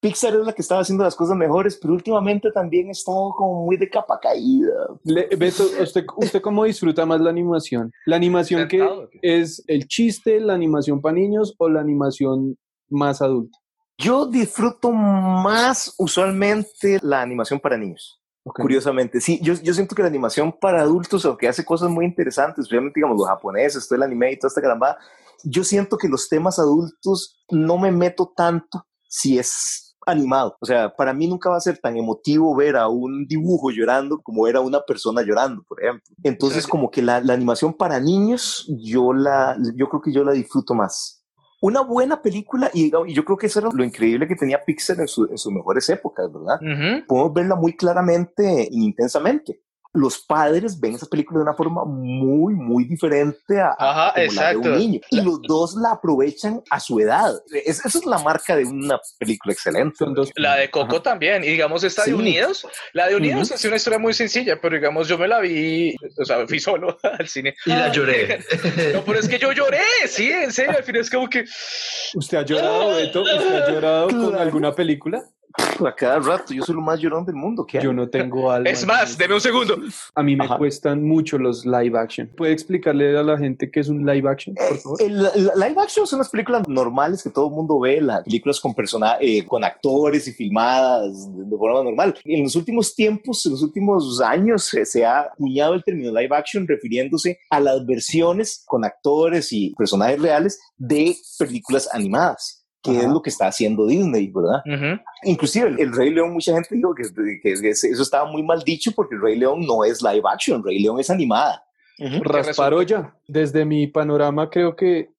[SPEAKER 5] Pixar es la que estaba haciendo las cosas mejores, pero últimamente también ha estado como muy de capa caída.
[SPEAKER 3] Le- Beto, ¿usted, ¿usted cómo disfruta más la animación? ¿La animación que
[SPEAKER 2] Sentado, ¿qué?
[SPEAKER 3] es el chiste, la animación para niños o la animación más adulta?
[SPEAKER 5] Yo disfruto más usualmente la animación para niños. Curiosamente, sí, yo, yo siento que la animación para adultos, aunque hace cosas muy interesantes, obviamente, digamos, los japoneses, todo el anime y toda esta caramba, yo siento que los temas adultos no me meto tanto si es animado. O sea, para mí nunca va a ser tan emotivo ver a un dibujo llorando como era una persona llorando, por ejemplo. Entonces,
[SPEAKER 2] Sí.
[SPEAKER 5] como que la, la animación para niños, yo la, yo creo que yo la disfruto más. Una buena película, y, y yo creo que eso era lo increíble que tenía Pixar en, su- en sus mejores épocas, ¿verdad?
[SPEAKER 2] Ujú.
[SPEAKER 5] podemos verla muy claramente e intensamente. Los padres ven esa película de una forma muy, muy diferente a, a-
[SPEAKER 2] Ajá,
[SPEAKER 5] a como la de
[SPEAKER 2] exacto.
[SPEAKER 5] un niño. Y los dos la aprovechan a su edad. Es- esa es la marca de una película excelente.
[SPEAKER 3] Son dos.
[SPEAKER 2] La de Coco también, y digamos esta
[SPEAKER 5] Sí.
[SPEAKER 2] de Unidos, la de Unidos
[SPEAKER 5] Ujú.
[SPEAKER 2] es una historia muy sencilla, pero digamos yo me la vi, o sea, fui solo al cine.
[SPEAKER 4] Y la lloré.
[SPEAKER 2] <laughs> No, pero es que yo lloré, sí, en serio, al final es como que...
[SPEAKER 3] ¿Usted ha llorado, Beto? ¿Usted ha llorado con
[SPEAKER 5] Claro.
[SPEAKER 3] alguna película?
[SPEAKER 5] A cada rato, yo soy lo más llorón del mundo. ¿qué hay?
[SPEAKER 3] Yo no tengo alma.
[SPEAKER 2] Es más, deme un segundo.
[SPEAKER 3] A mí me
[SPEAKER 5] Ajá.
[SPEAKER 3] cuestan mucho los live action. ¿Puede explicarle a la gente qué es un live action, por favor?
[SPEAKER 5] Eh, El, la- live action son las películas normales que todo el mundo ve, las películas con persona, eh, con actores y filmadas de, de forma normal. En los últimos tiempos, en los últimos años, eh, se ha acuñado el término live action refiriéndose a las versiones con actores y personajes reales de películas animadas, que
[SPEAKER 3] Ajá.
[SPEAKER 5] es lo que está haciendo Disney, ¿verdad?
[SPEAKER 2] Ujú.
[SPEAKER 5] Inclusive el, el Rey León, mucha gente dijo que, que- que eso estaba muy mal dicho porque el Rey León no es live action, Rey León es animada.
[SPEAKER 3] Rasparolla. Desde mi panorama creo que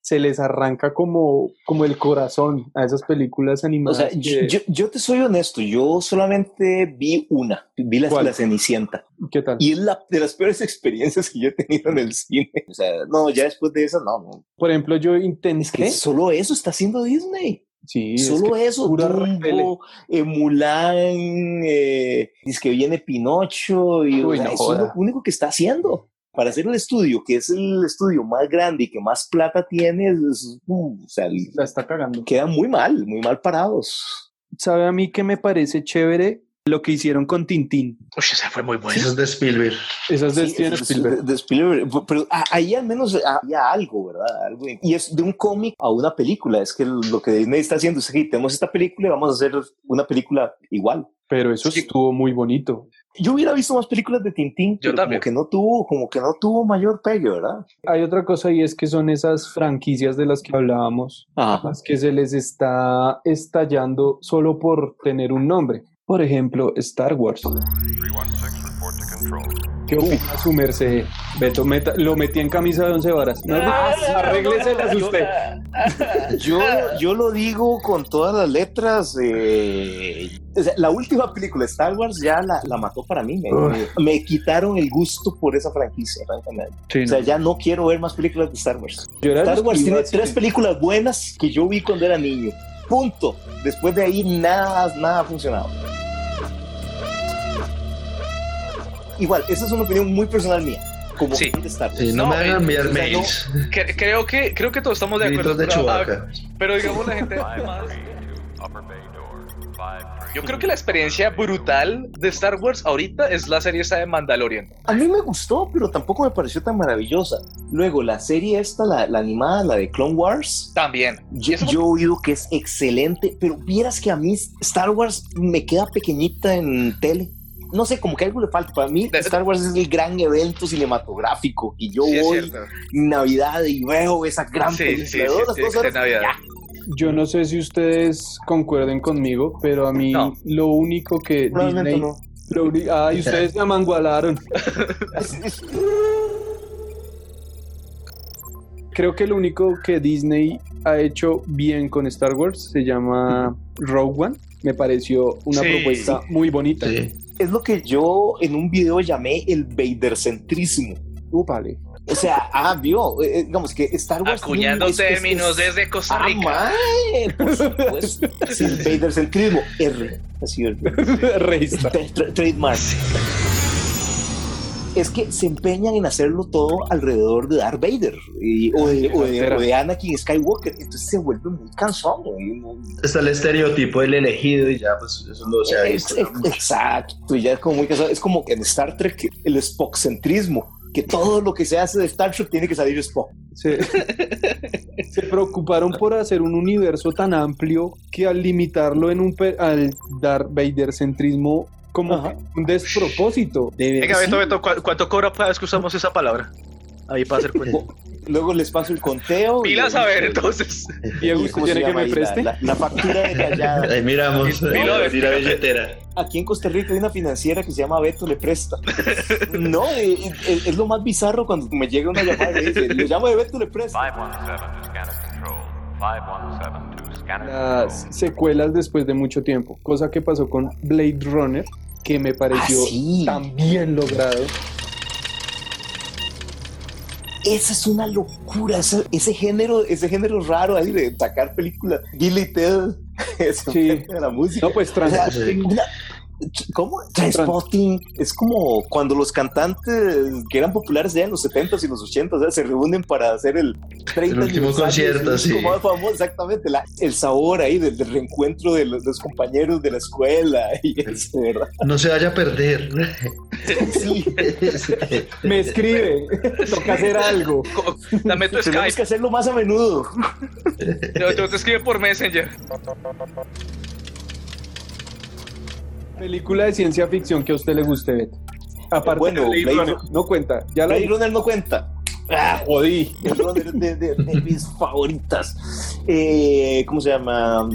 [SPEAKER 3] se les arranca como, como el corazón a esas películas
[SPEAKER 5] O
[SPEAKER 3] animadas.
[SPEAKER 5] sea, yo,
[SPEAKER 3] que-
[SPEAKER 5] yo, yo te soy honesto, yo solamente vi una, vi la,
[SPEAKER 3] ¿Cuál?
[SPEAKER 5] la Cenicienta
[SPEAKER 3] ¿Qué tal?
[SPEAKER 5] y es la de las peores experiencias que yo he tenido en el cine. O sea, no, ya después de esa, no, no.
[SPEAKER 3] Por ejemplo, yo
[SPEAKER 5] Es que
[SPEAKER 3] intenté.
[SPEAKER 5] solo eso está haciendo Disney.
[SPEAKER 3] Sí, es
[SPEAKER 5] solo
[SPEAKER 3] que
[SPEAKER 5] eso,
[SPEAKER 3] pura
[SPEAKER 5] Dumbo, eh, Mulan, eh, es que viene Pinocho y o
[SPEAKER 3] Uy,
[SPEAKER 5] sea,
[SPEAKER 3] no
[SPEAKER 5] eso es lo
[SPEAKER 3] joda.
[SPEAKER 5] único que está haciendo. Para hacer el estudio, que es el estudio más grande y que más plata tiene, es- es- uh, o sea,
[SPEAKER 3] la está cagando.
[SPEAKER 5] quedan muy mal, muy mal parados.
[SPEAKER 3] ¿Sabe a mí que me parece chévere? Lo que hicieron con Tintín.
[SPEAKER 2] Uy, esa fue muy buena.
[SPEAKER 4] Eso es de Spielberg.
[SPEAKER 3] Esas de
[SPEAKER 5] Sí,
[SPEAKER 3] Steven
[SPEAKER 5] es- es-
[SPEAKER 3] Spielberg.
[SPEAKER 5] de- de Spielberg. P- Pero a- ahí al menos había algo, ¿verdad? Algo. Y es de un cómic a una película. Es que lo que Disney está haciendo es que tenemos esta película y vamos a hacer una película igual.
[SPEAKER 3] Pero eso
[SPEAKER 2] Sí.
[SPEAKER 3] estuvo muy bonito.
[SPEAKER 5] Yo hubiera visto más películas de Tintín,
[SPEAKER 2] Yo
[SPEAKER 5] pero
[SPEAKER 2] también.
[SPEAKER 5] como que no tuvo, como que no tuvo mayor pegue, ¿verdad?
[SPEAKER 3] Hay otra cosa y es que son esas franquicias de las que hablábamos,
[SPEAKER 5] Ajá.
[SPEAKER 3] las que se les está estallando solo por tener un nombre. Por ejemplo, Star Wars. ¿Qué opina su merced? Beto, meta- lo metí en camisa de once varas. No, arrégleselas usted.
[SPEAKER 5] Yo, yo lo digo con todas las letras. eh, o sea, la última película, Star Wars, ya la, la mató para mí. Me, me- me quitaron el gusto por esa franquicia, francamente. O sea, ya no quiero ver más películas de Star Wars.
[SPEAKER 3] Yo era de
[SPEAKER 5] Star
[SPEAKER 3] los
[SPEAKER 5] Wars
[SPEAKER 3] que iba
[SPEAKER 5] tiene
[SPEAKER 3] al cine.
[SPEAKER 5] tres películas buenas que yo vi cuando era niño. Punto. Después de ahí nada, nada ha funcionado. Igual, esa es una opinión muy personal mía. Como
[SPEAKER 2] Sí.
[SPEAKER 5] fan de Star Wars.
[SPEAKER 4] Sí, no,
[SPEAKER 2] No,
[SPEAKER 4] me van
[SPEAKER 2] eh,
[SPEAKER 4] a enviar
[SPEAKER 5] o sea,
[SPEAKER 4] mails.
[SPEAKER 2] Cre- creo, que, creo que todos estamos de acuerdo.
[SPEAKER 4] Gritos de
[SPEAKER 2] pero, ah,
[SPEAKER 4] Chewbacca.
[SPEAKER 2] pero digamos la gente además... Yo creo que la experiencia brutal de Star Wars ahorita es la serie esta de Mandalorian.
[SPEAKER 5] A mí me gustó, pero tampoco me pareció tan maravillosa. Luego, la serie esta, la, la animada, la de Clone Wars,
[SPEAKER 2] También. Y
[SPEAKER 5] yo,
[SPEAKER 2] eso-
[SPEAKER 5] yo he oído que es excelente, pero vieras que a mí Star Wars me queda pequeñita en tele. No sé, como que algo le falta. Para mí,
[SPEAKER 2] De-
[SPEAKER 5] Star Wars es el gran evento cinematográfico que yo
[SPEAKER 2] Sí, es
[SPEAKER 5] voy
[SPEAKER 2] cierto.
[SPEAKER 5] en Navidad y veo esa gran
[SPEAKER 2] Sí,
[SPEAKER 5] película.
[SPEAKER 2] sí,
[SPEAKER 5] de
[SPEAKER 2] sí,
[SPEAKER 5] dos,
[SPEAKER 2] sí,
[SPEAKER 5] dos
[SPEAKER 2] de
[SPEAKER 5] horas,
[SPEAKER 2] Navidad.
[SPEAKER 5] ya.
[SPEAKER 3] Yo no sé si ustedes concuerden conmigo, pero a mí
[SPEAKER 2] No.
[SPEAKER 3] lo único que
[SPEAKER 5] Probablemente
[SPEAKER 3] Disney...
[SPEAKER 5] no.
[SPEAKER 3] lo uni- Ay, ustedes se amangualaron. Creo que lo único que Disney ha hecho bien con Star Wars se llama Rogue One. Me pareció una
[SPEAKER 2] Sí.
[SPEAKER 3] propuesta muy bonita.
[SPEAKER 4] Sí.
[SPEAKER 5] Es lo que yo en un video llamé el Vadercentrismo.
[SPEAKER 3] Úpale.
[SPEAKER 5] O sea, ah, vio, eh, eh, digamos que Star Wars.
[SPEAKER 2] Acuñando
[SPEAKER 5] es- es- es-
[SPEAKER 2] términos desde Costa
[SPEAKER 5] Ah,
[SPEAKER 2] Rica.
[SPEAKER 5] mae,
[SPEAKER 2] <laughs>
[SPEAKER 5] por supuesto. Sí, Vadercentrismo, R. Así es.
[SPEAKER 3] <laughs> Registra.
[SPEAKER 5] Tra- tra- Trademark. Es que se empeñan en hacerlo todo alrededor de Darth Vader y- o, de,
[SPEAKER 2] Ah,
[SPEAKER 5] o de- o de Anakin Skywalker. Entonces se vuelve muy cansón. güey, ¿no?
[SPEAKER 4] Está el estereotipo del elegido y ya, pues eso lo se ha visto.
[SPEAKER 5] Ex- ex- exacto, ya es como muy cansado. Es como que en Star Trek el Spockcentrismo, que todo lo que se hace de Star Trek tiene que salir Spock. <laughs>
[SPEAKER 3] Se, se preocuparon por hacer un universo tan amplio que al limitarlo en un pe- al dar Vader centrismo como
[SPEAKER 5] Ajá.
[SPEAKER 3] que un despropósito.
[SPEAKER 2] Venga,
[SPEAKER 3] Sí.
[SPEAKER 2] Beto, Beto, ¿cu- ¿cuánto cobra cada vez que usamos esa palabra? Ahí para hacer cuenta.
[SPEAKER 5] Luego les paso el conteo. y-
[SPEAKER 2] Pilas a ver, entonces.
[SPEAKER 3] Diego,
[SPEAKER 5] ¿Y
[SPEAKER 3] ¿usted
[SPEAKER 5] cómo se
[SPEAKER 3] quiere que
[SPEAKER 5] llama
[SPEAKER 3] me
[SPEAKER 5] ahí? La-
[SPEAKER 3] preste?
[SPEAKER 5] La, la factura detallada.
[SPEAKER 4] <laughs> Ahí miramos.
[SPEAKER 2] Dilo,
[SPEAKER 4] Ahí
[SPEAKER 2] dilo,
[SPEAKER 4] sí la
[SPEAKER 2] dilo.
[SPEAKER 4] billetera.
[SPEAKER 5] Aquí en Costa Rica hay una financiera que se llama Beto Le Presta. No, eh, eh, es, lo más bizarro cuando me llega una llamada y me dice, lo llamo de Beto Le Presta.
[SPEAKER 6] 517 to scanner control. 517 to scanner
[SPEAKER 3] Las secuelas después de mucho tiempo, cosa que pasó con Blade Runner, que me pareció
[SPEAKER 5] Ah, sí.
[SPEAKER 3] tan bien logrado.
[SPEAKER 5] Esa es una locura, esa- ese género, ese género raro ahí de sacar películas. Billy y <laughs> Ted, ese
[SPEAKER 3] Sí.
[SPEAKER 5] género de la música.
[SPEAKER 3] No, pues
[SPEAKER 5] <laughs> O sea,
[SPEAKER 3] trans.
[SPEAKER 5] una- ¿Cómo? Transpotting. Es como cuando los cantantes que eran populares ya en los 70s y los 80s ya se reúnen para hacer el 30
[SPEAKER 4] El último
[SPEAKER 5] aniversario
[SPEAKER 4] concierto,
[SPEAKER 5] del disco
[SPEAKER 4] sí.
[SPEAKER 5] más famoso, exactamente. la- el sabor ahí del, del reencuentro de los, los compañeros de la escuela. <laughs> Y eso, ¿verdad?
[SPEAKER 4] No se vaya a perder. <laughs>
[SPEAKER 5] Sí.
[SPEAKER 3] Me escribe, <laughs> toca hacer algo.
[SPEAKER 5] <laughs>
[SPEAKER 2] Co- Dame tu
[SPEAKER 5] Tenemos que
[SPEAKER 2] Skype.
[SPEAKER 5] hacerlo más a menudo.
[SPEAKER 2] Yo, yo te escribo por Messenger.
[SPEAKER 3] Película de ciencia ficción que a usted le guste, Beto. Aparte
[SPEAKER 5] Bueno,
[SPEAKER 3] de Blade
[SPEAKER 5] Blade
[SPEAKER 3] Runner, no cuenta. Ya la
[SPEAKER 5] Blade Runner no cuenta. Ah, <laughs>
[SPEAKER 3] jodí.
[SPEAKER 5] Blade Runner de, de- de mis favoritas. Eh, ¿Cómo se llama?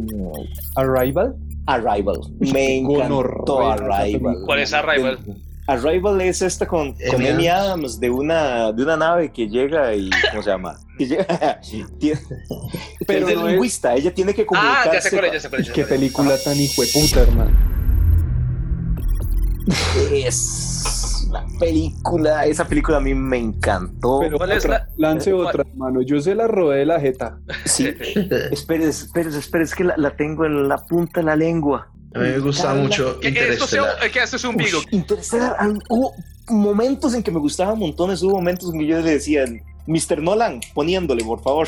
[SPEAKER 3] Arrival.
[SPEAKER 5] Arrival. Me encantó
[SPEAKER 3] Gonorrea, esa
[SPEAKER 5] Arrival.
[SPEAKER 3] película.
[SPEAKER 2] ¿Cuál es Arrival?
[SPEAKER 5] Arrival es esta con, con
[SPEAKER 4] Amy
[SPEAKER 5] Amy
[SPEAKER 4] Adams.
[SPEAKER 5] Adams de una, de una nave que llega y. ¿Cómo se <laughs> llama? Que llega. tiene-
[SPEAKER 3] Pero
[SPEAKER 5] es de
[SPEAKER 3] no es-
[SPEAKER 5] lingüista, ella tiene que
[SPEAKER 2] Ah,
[SPEAKER 5] comunicarse.
[SPEAKER 2] ya sé cuál es, ya sé cuál es.
[SPEAKER 5] Pues
[SPEAKER 2] ya
[SPEAKER 3] Qué
[SPEAKER 2] sé cuál es.
[SPEAKER 3] película tan hijo de puta, hermano.
[SPEAKER 5] Es una película. Esa película a mí me encantó.
[SPEAKER 3] Pero
[SPEAKER 2] ¿Cuál es
[SPEAKER 3] otra, lance
[SPEAKER 2] ¿Cuál?
[SPEAKER 3] otra, hermano. Yo se la robé de la jeta.
[SPEAKER 5] sí.
[SPEAKER 2] <laughs>
[SPEAKER 5] Espérese, espérese, espérese, que la, la tengo en la punta de la lengua.
[SPEAKER 4] A mí me gusta
[SPEAKER 5] Carla.
[SPEAKER 4] mucho
[SPEAKER 2] Que- que esto sea-
[SPEAKER 4] Interestelar.
[SPEAKER 2] que esto es un
[SPEAKER 5] Uy,
[SPEAKER 2] vigo.
[SPEAKER 5] Interestelar, ah, hubo momentos en que me gustaba montones, hubo momentos en que yo le decía, Mr. Nolan, poniéndole, por favor.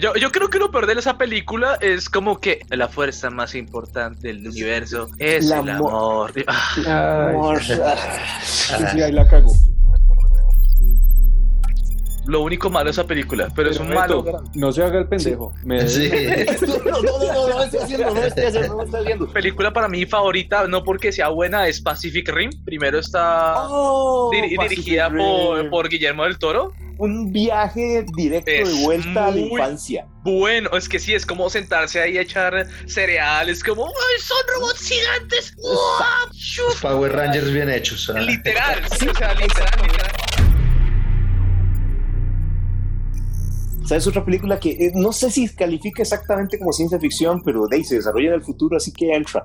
[SPEAKER 2] Yo, yo creo que lo peor de esa película es como que la fuerza más importante del universo es
[SPEAKER 5] La
[SPEAKER 2] el
[SPEAKER 5] mo-
[SPEAKER 2] amor. Ah,
[SPEAKER 3] Ay,
[SPEAKER 5] Por-
[SPEAKER 3] sí, sí, ahí la cago.
[SPEAKER 2] Lo único malo de esa película, pero es un malo.
[SPEAKER 3] Beto, No se haga el pendejo. Me-
[SPEAKER 4] Sí.
[SPEAKER 5] <laughs>
[SPEAKER 2] <laughs>
[SPEAKER 4] <laughs>
[SPEAKER 5] No, no, no, no, no, no estoy haciendo, no estoy haciendo, no estoy haciendo.
[SPEAKER 2] Película para mí favorita, no porque sea buena, es Pacific Rim. Primero está
[SPEAKER 5] Oh,
[SPEAKER 2] dir-
[SPEAKER 5] Pacific
[SPEAKER 2] Ah. dirigida
[SPEAKER 5] Rim.
[SPEAKER 2] por, por Guillermo del Toro.
[SPEAKER 5] un viaje directo
[SPEAKER 2] Es
[SPEAKER 5] de vuelta a la
[SPEAKER 2] muy-
[SPEAKER 5] infancia.
[SPEAKER 2] Bueno, es que sí, es como sentarse ahí a echar cereales, como ¡Ay, son robots gigantes! ¡Uah! ¡Shuf!
[SPEAKER 4] Power Rangers bien hechos. ah.
[SPEAKER 2] Literal, sí, o sea, literal, literal.
[SPEAKER 5] ¿Sabes? Otra película que eh, no sé si califica exactamente como ciencia ficción, pero de ahí se desarrolla en el futuro, así que entra.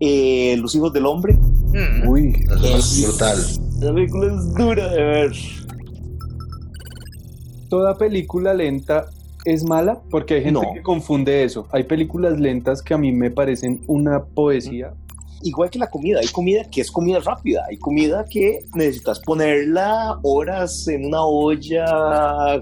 [SPEAKER 5] Eh, Los hijos del hombre.
[SPEAKER 2] Mm.
[SPEAKER 3] Uy.
[SPEAKER 4] Es brutal.
[SPEAKER 5] La película es dura de ver.
[SPEAKER 3] Toda película lenta es mala porque hay gente
[SPEAKER 5] No.
[SPEAKER 3] que confunde eso. Hay películas lentas que a mí me parecen una poesía.
[SPEAKER 5] Igual que la comida, hay comida que es comida rápida, hay comida que necesitas ponerla horas en una olla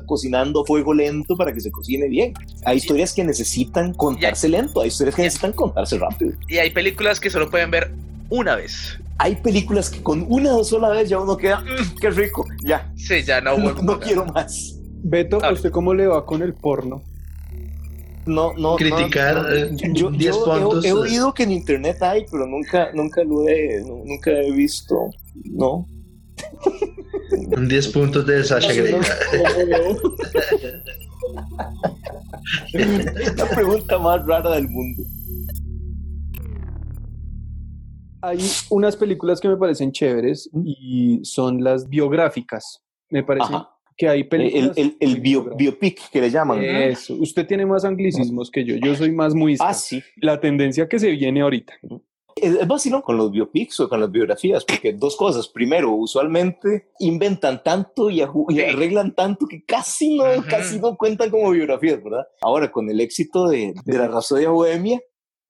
[SPEAKER 5] cocinando a fuego lento para que se cocine bien. Hay historias que necesitan contarse lento, hay historias que necesitan contarse rápido.
[SPEAKER 2] Y hay películas que solo pueden ver una vez.
[SPEAKER 5] Hay películas que con una o sola vez ya uno queda, "Mm, qué rico, ya,
[SPEAKER 2] Sí, ya no
[SPEAKER 5] no,
[SPEAKER 2] vuelvo.
[SPEAKER 5] no
[SPEAKER 2] a ver.
[SPEAKER 5] quiero más.
[SPEAKER 3] Beto,
[SPEAKER 2] Mm. A
[SPEAKER 3] ¿a
[SPEAKER 2] ver.
[SPEAKER 3] usted cómo le va con el porno?
[SPEAKER 5] No, no. no,
[SPEAKER 4] Criticar,
[SPEAKER 5] no.
[SPEAKER 4] eh,
[SPEAKER 5] Yo,
[SPEAKER 4] 10
[SPEAKER 5] yo he-
[SPEAKER 4] puntos. eh.
[SPEAKER 5] He, oído que en internet hay, pero nunca, nunca lo he, nu- nunca he visto. No.
[SPEAKER 4] 10 puntos de Sasha Grey.
[SPEAKER 5] La pregunta más rara del mundo.
[SPEAKER 3] Hay unas películas que me parecen chéveres y son las biográficas. Me parecen
[SPEAKER 5] Ajá.
[SPEAKER 3] que hay
[SPEAKER 5] El,
[SPEAKER 3] películas.
[SPEAKER 5] el, el bio-
[SPEAKER 3] biográficas.
[SPEAKER 5] biopic que le llaman.
[SPEAKER 3] Eso. Usted tiene más anglicismos que yo. Yo soy más muy.
[SPEAKER 5] Ah, sí.
[SPEAKER 3] La tendencia que se viene ahorita.
[SPEAKER 5] Es, es vacilón con los biopics o con las biografías, porque dos cosas. Primero, usualmente inventan tanto y, aju- y
[SPEAKER 2] Sí.
[SPEAKER 5] arreglan tanto que casi no,
[SPEAKER 2] Ujú.
[SPEAKER 5] casi no cuentan como biografías, ¿verdad? Ahora, con el éxito de, de la Rapsodia Bohemia,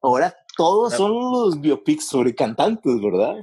[SPEAKER 5] ahora todos son los biopics sobre cantantes, ¿verdad?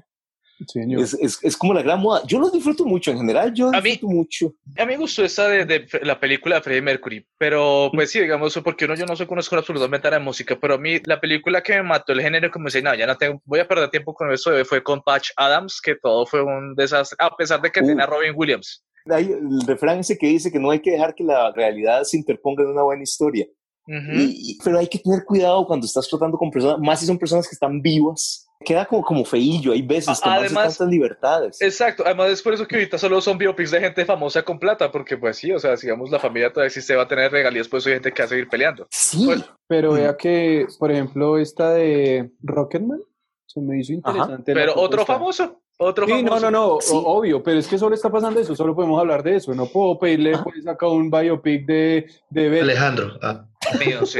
[SPEAKER 3] Señor.
[SPEAKER 5] Es, es, es como la gran moda. Yo los disfruto mucho en general, yo
[SPEAKER 2] A mí-
[SPEAKER 5] disfruto mucho.
[SPEAKER 2] A mí me gustó esa de, de F- la película de Freddie Mercury, pero pues sí, digamos, porque uno yo no soy conozco absolutamente nada de música, pero a mí la película que me mató el género, como decía, no, ya no tengo, voy a perder tiempo con eso, fue con Patch Adams, que todo fue un desastre, a pesar de que
[SPEAKER 5] Uh.
[SPEAKER 2] tenía a Robin Williams.
[SPEAKER 5] Hay el refrán ese que dice que no hay que dejar que la realidad se interponga en una buena historia.
[SPEAKER 2] Ujú.
[SPEAKER 5] Mm. Y- y- pero hay que tener cuidado cuando estás tratando con personas, más si son personas que están vivas queda como, como feillo, hay veces,
[SPEAKER 2] A-
[SPEAKER 5] tomarse
[SPEAKER 2] además- eh,
[SPEAKER 5] tantas libertades.
[SPEAKER 2] Exacto, además es por eso que ahorita solo son biopics de gente famosa con plata, porque pues sí, o sea, digamos la familia todavía existe, va a tener regalías, pues hay gente que va a seguir peleando.
[SPEAKER 5] sí,
[SPEAKER 2] pues-
[SPEAKER 3] Pero vea que, por ejemplo, esta de Rocketman se me hizo interesante. la
[SPEAKER 2] Pero otro
[SPEAKER 3] propuesta.
[SPEAKER 2] famoso, otro
[SPEAKER 3] Sí, no,
[SPEAKER 2] famoso.
[SPEAKER 3] no, no, o-
[SPEAKER 5] Sí.
[SPEAKER 3] obvio, pero es que solo está pasando eso, solo podemos hablar de eso. No puedo pedirle,
[SPEAKER 5] Ah.
[SPEAKER 3] pues, acá un biopic de, de Bella.
[SPEAKER 4] Alejandro. ah.
[SPEAKER 2] sí.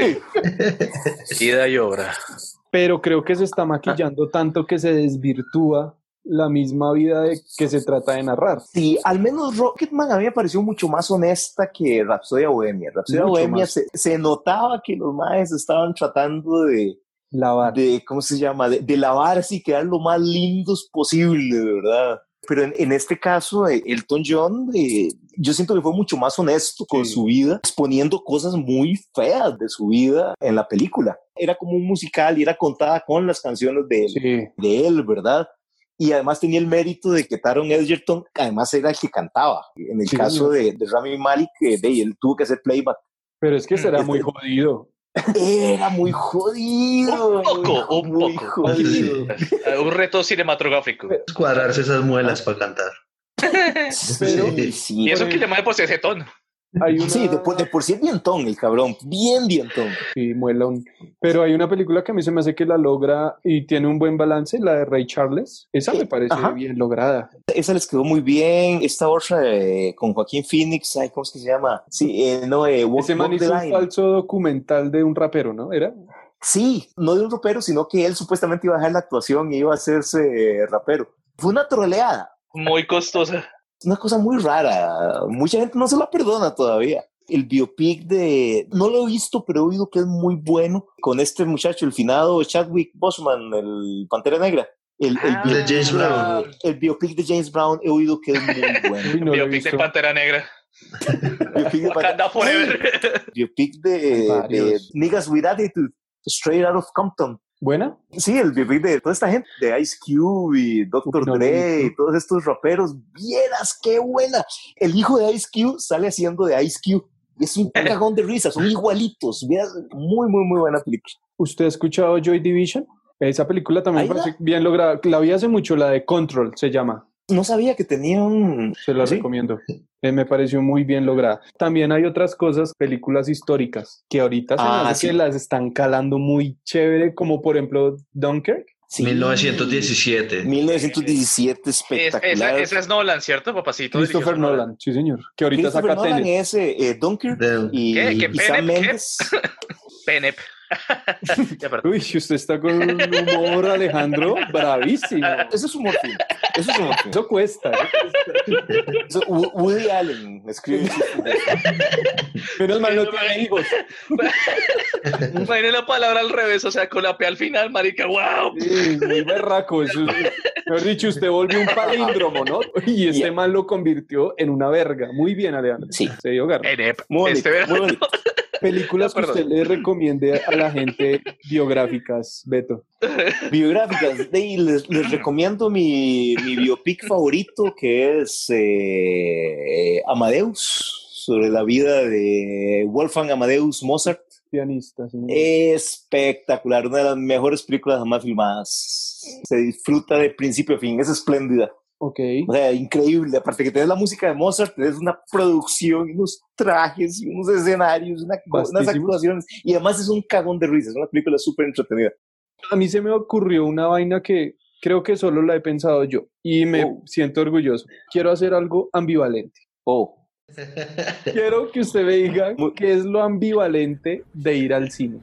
[SPEAKER 2] Ida y obra.
[SPEAKER 3] pero creo que se
[SPEAKER 5] Ah.
[SPEAKER 3] está maquillando tanto que se desvirtúa la misma vida de que se trata de narrar.
[SPEAKER 5] sí, al menos Rocketman a mí me pareció mucho más honesta que Rhapsodia Bohemia. Rhapsodia
[SPEAKER 3] Mucho
[SPEAKER 5] Bohemia
[SPEAKER 3] más.
[SPEAKER 5] se, se notaba que los maes estaban tratando de,
[SPEAKER 3] La barra.
[SPEAKER 5] de, ¿cómo se llama? De, de lavarse y quedar lo más lindos posible, de ¿verdad? Pero en, en este caso, eh, Elton John, eh, yo siento que fue mucho más honesto con
[SPEAKER 3] Sí.
[SPEAKER 5] su vida, exponiendo cosas muy feas de su vida en la película. Era como un musical y era contada con las canciones de él,
[SPEAKER 3] Sí,
[SPEAKER 5] de él ¿verdad? Y además tenía el mérito de que Taron Edgerton, además era el que cantaba. En el
[SPEAKER 3] Sí,
[SPEAKER 5] caso
[SPEAKER 3] señor.
[SPEAKER 5] de, de Rami Malik, eh, de, él tuvo que hacer playback.
[SPEAKER 3] pero es que será
[SPEAKER 5] Este-
[SPEAKER 3] muy jodido.
[SPEAKER 5] Era muy jodido.
[SPEAKER 2] Un poco,
[SPEAKER 5] muy-
[SPEAKER 2] un
[SPEAKER 5] muy
[SPEAKER 2] poco.
[SPEAKER 5] jodido.
[SPEAKER 2] Eh, Un reto cinematográfico.
[SPEAKER 4] Cuadrarse esas muelas para cantar.
[SPEAKER 3] Pero-
[SPEAKER 5] <laughs> Sí, sí.
[SPEAKER 2] Y eso que llamaba por ese tono.
[SPEAKER 3] Hay una,
[SPEAKER 5] Sí, de, por- de por sí es dientón el cabrón, bien dientón.
[SPEAKER 3] sí, muelón. Pero hay una película que a mí se me hace que la logra y tiene un buen balance, la de Ray Charles. Esa me parece
[SPEAKER 5] Eh, Ajá.
[SPEAKER 3] bien lograda.
[SPEAKER 5] Esa les quedó muy bien. Esta otra eh, con Joaquín Phoenix, ay, ¿cómo es que se llama? Sí, eh, no, eh, Walk-
[SPEAKER 3] Ese man
[SPEAKER 5] Walk the
[SPEAKER 3] hizo un
[SPEAKER 5] Line.
[SPEAKER 3] falso documental de un rapero, ¿no? Era
[SPEAKER 5] Sí, no de un rapero, sino que él supuestamente iba a dejar la actuación y iba a hacerse eh, rapero. Fue una troleada,
[SPEAKER 2] Muy costosa.
[SPEAKER 5] una cosa muy rara. Mucha gente no se la perdona todavía. El biopic de. No lo he visto, pero he oído que es muy bueno. Con este muchacho, el finado Chadwick Bosman, el Pantera Negra. El, el
[SPEAKER 2] Ah.
[SPEAKER 4] De James Brown.
[SPEAKER 5] El biopic de James Brown he oído
[SPEAKER 2] <laughs>
[SPEAKER 5] que es muy
[SPEAKER 3] Uy,
[SPEAKER 5] bueno.
[SPEAKER 3] no lo he
[SPEAKER 2] biopic de
[SPEAKER 3] visto.
[SPEAKER 2] Pantera Negra.
[SPEAKER 5] biopic de,
[SPEAKER 2] Wakanda Forever.
[SPEAKER 5] biopic de, de
[SPEAKER 3] Varios.
[SPEAKER 5] Niggas with Attitude, Straight Out of Compton.
[SPEAKER 3] ¿Buena?
[SPEAKER 5] Sí, el biopic de toda esta gente, de Ice Cube y Dr.
[SPEAKER 3] no lo he
[SPEAKER 5] Dre
[SPEAKER 3] visto.
[SPEAKER 5] y todos estos raperos. ¡Vieras qué buena! El hijo de Ice Cube sale haciendo de Ice Cube.
[SPEAKER 2] <laughs>
[SPEAKER 5] Es un cagón de risa, son igualitos. Vieras, muy, muy, muy buena película.
[SPEAKER 3] ¿Usted ha escuchado Joy Division? Esa película también me
[SPEAKER 5] Ahí la-
[SPEAKER 3] parece bien lograda. La vi hace mucho, la de Control se llama.
[SPEAKER 5] No sabía que tenía un.
[SPEAKER 3] Se la
[SPEAKER 5] ¿Ah, ¿Sí?
[SPEAKER 3] recomiendo. Eh, me pareció muy bien lograda. También hay otras cosas, películas históricas, que ahorita se me
[SPEAKER 5] Ah,
[SPEAKER 3] hace que
[SPEAKER 5] sí.
[SPEAKER 3] las están calando muy chévere, como por ejemplo Dunkirk.
[SPEAKER 5] sí,
[SPEAKER 4] 1917.
[SPEAKER 5] 1917,
[SPEAKER 2] Es-
[SPEAKER 5] espectacular.
[SPEAKER 2] esa, esa es Nolan, ¿cierto, papacito?
[SPEAKER 3] Christopher
[SPEAKER 2] Dirigió-
[SPEAKER 3] Nolan, sí señor, que ahorita
[SPEAKER 5] Christopher
[SPEAKER 3] saca
[SPEAKER 5] Nolan
[SPEAKER 3] Tenet.
[SPEAKER 5] es eh, Dunkirk
[SPEAKER 4] De-
[SPEAKER 5] y,
[SPEAKER 2] ¿Qué? ¿Qué <laughs>
[SPEAKER 5] y Sam
[SPEAKER 2] pene? ¿Qué?
[SPEAKER 5] Mendes.
[SPEAKER 2] Penep.
[SPEAKER 3] <laughs>
[SPEAKER 2] <laughs> Ya, perdón.
[SPEAKER 3] Uy, usted está con un humor, Alejandro, bravísimo.
[SPEAKER 5] Eso es humor film. Eso es humor film.
[SPEAKER 3] Eso cuesta. ¿eh?
[SPEAKER 5] Eso- Wo- Woody Allen escribe.
[SPEAKER 3] Menos mal no tiene hijos.
[SPEAKER 2] Imaginen la palabra al revés, o sea, con la P al final, marica, wow.
[SPEAKER 3] Sí, muy berraco. Eso es- mejor dicho, usted volvió un palíndromo, ¿no? Y este
[SPEAKER 5] Yeah.
[SPEAKER 3] man lo convirtió en una verga. Muy bien, Alejandro.
[SPEAKER 5] Sí.
[SPEAKER 3] Se dio garra.
[SPEAKER 2] Penep.
[SPEAKER 5] Muy
[SPEAKER 2] Este
[SPEAKER 5] bonito,
[SPEAKER 2] verano.
[SPEAKER 5] muy bonito.
[SPEAKER 3] Películas que
[SPEAKER 2] No, perdón.
[SPEAKER 3] usted le recomiende a la gente biográficas, Beto.
[SPEAKER 5] Biográficas. de- y les, les recomiendo mi, mi biopic favorito, que es eh, Amadeus, sobre la vida de Wolfgang Amadeus Mozart.
[SPEAKER 3] Pianista, sí.
[SPEAKER 5] Eh, Espectacular, una de las mejores películas jamás filmadas. Se disfruta de principio a fin, es espléndida.
[SPEAKER 3] ok.
[SPEAKER 5] O sea, increíble. Aparte que tenés la música de Mozart, tenés una producción, y unos trajes, y unos escenarios, una- unas
[SPEAKER 3] Vastísimos.
[SPEAKER 5] actuaciones. Y además es un cagón de risas, es una película súper entretenida.
[SPEAKER 3] A mí se me ocurrió una vaina que creo que solo la he pensado yo y me
[SPEAKER 5] Oh.
[SPEAKER 3] siento orgulloso. Quiero hacer algo ambivalente.
[SPEAKER 5] Oh,
[SPEAKER 3] Quiero que usted me diga
[SPEAKER 5] Muy-
[SPEAKER 3] qué es lo ambivalente de ir al cine.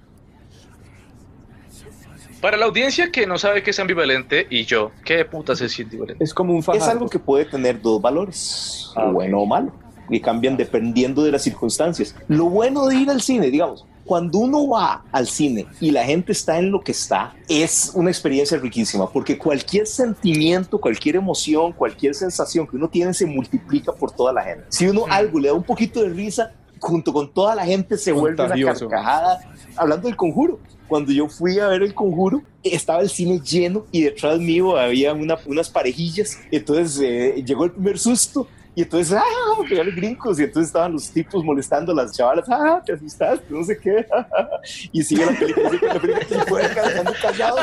[SPEAKER 2] Para la audiencia que no sabe que es ambivalente y yo, ¿qué putas es
[SPEAKER 3] <laughs>
[SPEAKER 2] ambivalente?
[SPEAKER 3] Es como un fajardo.
[SPEAKER 5] es algo que puede tener dos valores,
[SPEAKER 3] Ah,
[SPEAKER 5] o
[SPEAKER 3] ok.
[SPEAKER 5] bueno o malo, y cambian dependiendo de las circunstancias. Lo bueno de ir al cine, digamos, cuando uno va al cine y la gente está en lo que está, es una experiencia riquísima, porque cualquier sentimiento, cualquier emoción, cualquier sensación que uno tiene se multiplica por toda la gente. Si uno algo le da un poquito de risa, junto con toda la gente se vuelve una
[SPEAKER 3] Contagioso.
[SPEAKER 5] carcajada. Hablando del conjuro, cuando yo fui a ver el conjuro, estaba el cine lleno y detrás mío había una- unas parejillas. Entonces eh, llegó el primer susto Y entonces, ah, pegaron gringos. Y entonces estaban los tipos molestando a las chavalas. Ah, te asustaste, no sé qué. <laughs> Y sigue la película. sigue la película y fueron cantando callados.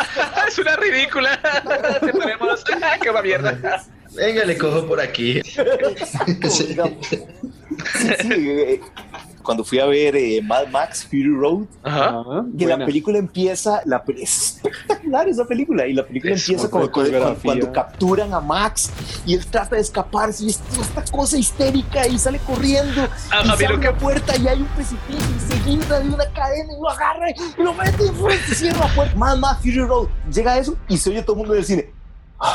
[SPEAKER 2] es una ridícula. <laughs> Separemos. ¡Qué va
[SPEAKER 3] <laughs>
[SPEAKER 2] mierda!
[SPEAKER 4] Venga, le cojo por aquí. Sí.
[SPEAKER 5] digamos. Sí, sí, eh, Cuando fui a ver eh, Mad Max Fury Road,
[SPEAKER 2] Ajá. Ah,
[SPEAKER 5] que
[SPEAKER 3] Ah, buena.
[SPEAKER 5] la película empieza, la pe- es espectacular esa película, y la película
[SPEAKER 2] Es
[SPEAKER 5] empieza
[SPEAKER 2] otra
[SPEAKER 5] como cu- cuando,
[SPEAKER 3] coreografía.
[SPEAKER 5] capturan a Max y él trata de escaparse y es toda esta cosa histérica y sale corriendo
[SPEAKER 2] Ah,
[SPEAKER 5] y
[SPEAKER 2] a mí
[SPEAKER 5] sale
[SPEAKER 2] lo que-
[SPEAKER 5] una puerta y hay un precipicio y se guinda de una cadena y lo agarra y lo mete y fuera, y cierra la puerta. Mad Max Fury Road, llega eso y se oye todo el mundo del cine.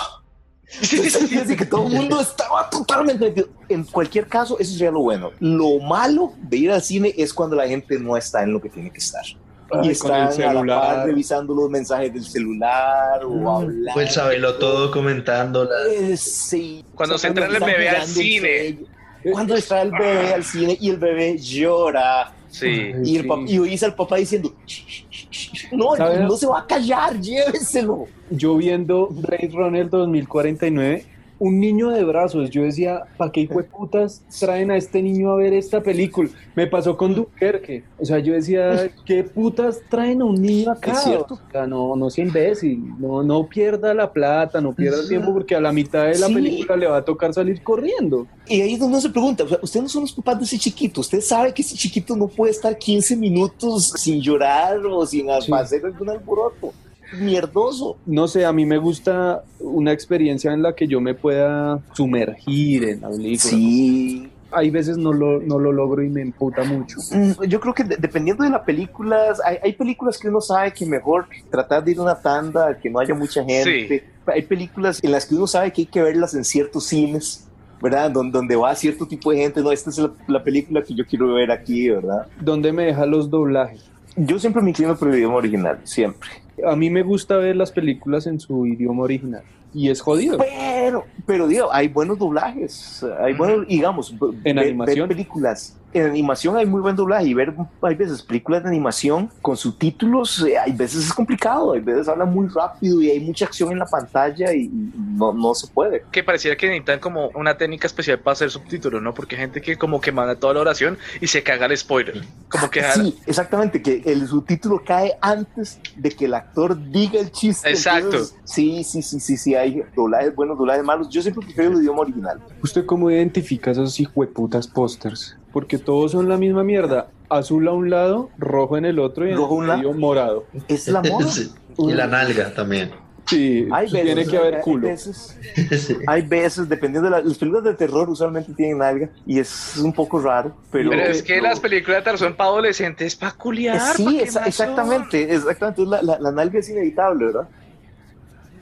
[SPEAKER 5] <laughs> Entonces, fíjense que todo el mundo estaba totalmente metido. En cualquier caso, eso sería lo bueno. Lo malo de ir al cine es cuando la gente no está en lo que tiene que estar.
[SPEAKER 3] Ay,
[SPEAKER 5] y
[SPEAKER 3] con el
[SPEAKER 5] están a la par
[SPEAKER 3] celular.
[SPEAKER 5] revisando los mensajes del celular
[SPEAKER 2] Mm,
[SPEAKER 5] o hablando.
[SPEAKER 4] Pues sabelo todo comentando la-
[SPEAKER 5] Eh, sí.
[SPEAKER 2] Cuando se
[SPEAKER 5] cuando
[SPEAKER 2] entra el
[SPEAKER 5] están
[SPEAKER 2] bebé al
[SPEAKER 5] mirando
[SPEAKER 2] cine.
[SPEAKER 5] entre ellos. Cuando está el bebé al cine y el bebé llora.
[SPEAKER 2] <laughs> Sí.
[SPEAKER 5] Y, el pap-
[SPEAKER 3] Sí.
[SPEAKER 5] y oís al papá diciendo: "Shh, shh, shh, shh". No,
[SPEAKER 3] ¿Sabes?
[SPEAKER 5] no se va a callar, llévenselo.
[SPEAKER 3] Yo viendo Blade Runner 2049, un niño de brazos, yo decía, ¿para qué putas traen a este niño a ver esta película? Me pasó con Dunkerque. O sea, yo decía, ¿qué putas traen a un niño acá?
[SPEAKER 5] Es cierto.
[SPEAKER 3] O sea, no, no sea imbécil, no, no pierda la plata, no pierda el tiempo, porque a la mitad de la
[SPEAKER 5] Sí.
[SPEAKER 3] película le va a tocar salir corriendo.
[SPEAKER 5] Y ahí es donde uno se pregunta, o sea, ustedes no son los papás de ese chiquito, usted sabe que ese chiquito no puede estar 15 minutos sin llorar o sin
[SPEAKER 3] Sí.
[SPEAKER 5] hacer algún alboroto. Mierdoso.
[SPEAKER 3] no sé, a mí me gusta una experiencia en la que yo me pueda sumergir en la película.
[SPEAKER 5] Sí.
[SPEAKER 3] Hay veces no lo, no lo logro y me emputa mucho.
[SPEAKER 5] Mm, Yo creo que de- dependiendo de las películas, hay, hay películas que uno sabe que mejor tratar de ir a una tanda, que no haya mucha gente. Hay películas en las que uno sabe que hay que verlas en ciertos cines, ¿verdad? Don- donde va cierto tipo de gente, no, esta es la- la película que yo quiero ver aquí, ¿verdad?
[SPEAKER 3] ¿Dónde me deja los doblajes?
[SPEAKER 5] Yo siempre me inclino por el idioma original, siempre.
[SPEAKER 3] A mí me gusta ver las películas en su idioma original. Y es jodido.
[SPEAKER 5] Pero, pero digo, hay buenos doblajes, hay buenos, digamos, b-
[SPEAKER 3] En
[SPEAKER 5] ver-
[SPEAKER 3] animación.
[SPEAKER 5] ver películas. En animación hay muy buen doblaje y ver, hay veces películas de animación con subtítulos, eh, hay veces es complicado, hay veces hablan muy rápido y hay mucha acción en la pantalla y y no, no se puede.
[SPEAKER 2] Que pareciera que necesitan como una técnica especial para hacer subtítulos, ¿no? Porque hay gente que como que manda toda la oración y se caga el spoiler. Como que...
[SPEAKER 5] Sí, exactamente, que el subtítulo cae antes de que el actor diga el chiste.
[SPEAKER 2] Exacto.
[SPEAKER 5] entonces, sí, sí, sí, sí, sí, hay doblajes buenos, doblajes malos. Yo siempre prefiero el idioma original.
[SPEAKER 3] ¿Usted cómo identifica esos hijueputas pósters? Porque todos son la misma mierda. Azul a un lado, rojo en el otro y en
[SPEAKER 5] Rojo a un
[SPEAKER 3] el medio morado.
[SPEAKER 5] Es la moda.
[SPEAKER 4] <laughs> Sí. Y la nalga también. <laughs>
[SPEAKER 3] Sí,
[SPEAKER 5] Hay veces,
[SPEAKER 3] tiene que
[SPEAKER 5] hay
[SPEAKER 3] haber culo.
[SPEAKER 5] veces-
[SPEAKER 4] Sí.
[SPEAKER 5] Hay veces, dependiendo de la- las películas de terror, usualmente tienen alga y es un poco raro, pero.
[SPEAKER 2] Pero, es que
[SPEAKER 5] pero-
[SPEAKER 2] las películas de terror son para adolescentes, para culiar. ¿pa'
[SPEAKER 5] Sí,
[SPEAKER 2] qué
[SPEAKER 5] esa-
[SPEAKER 2] más son?
[SPEAKER 5] exactamente, exactamente. La, la, la nalga es inevitable, ¿verdad?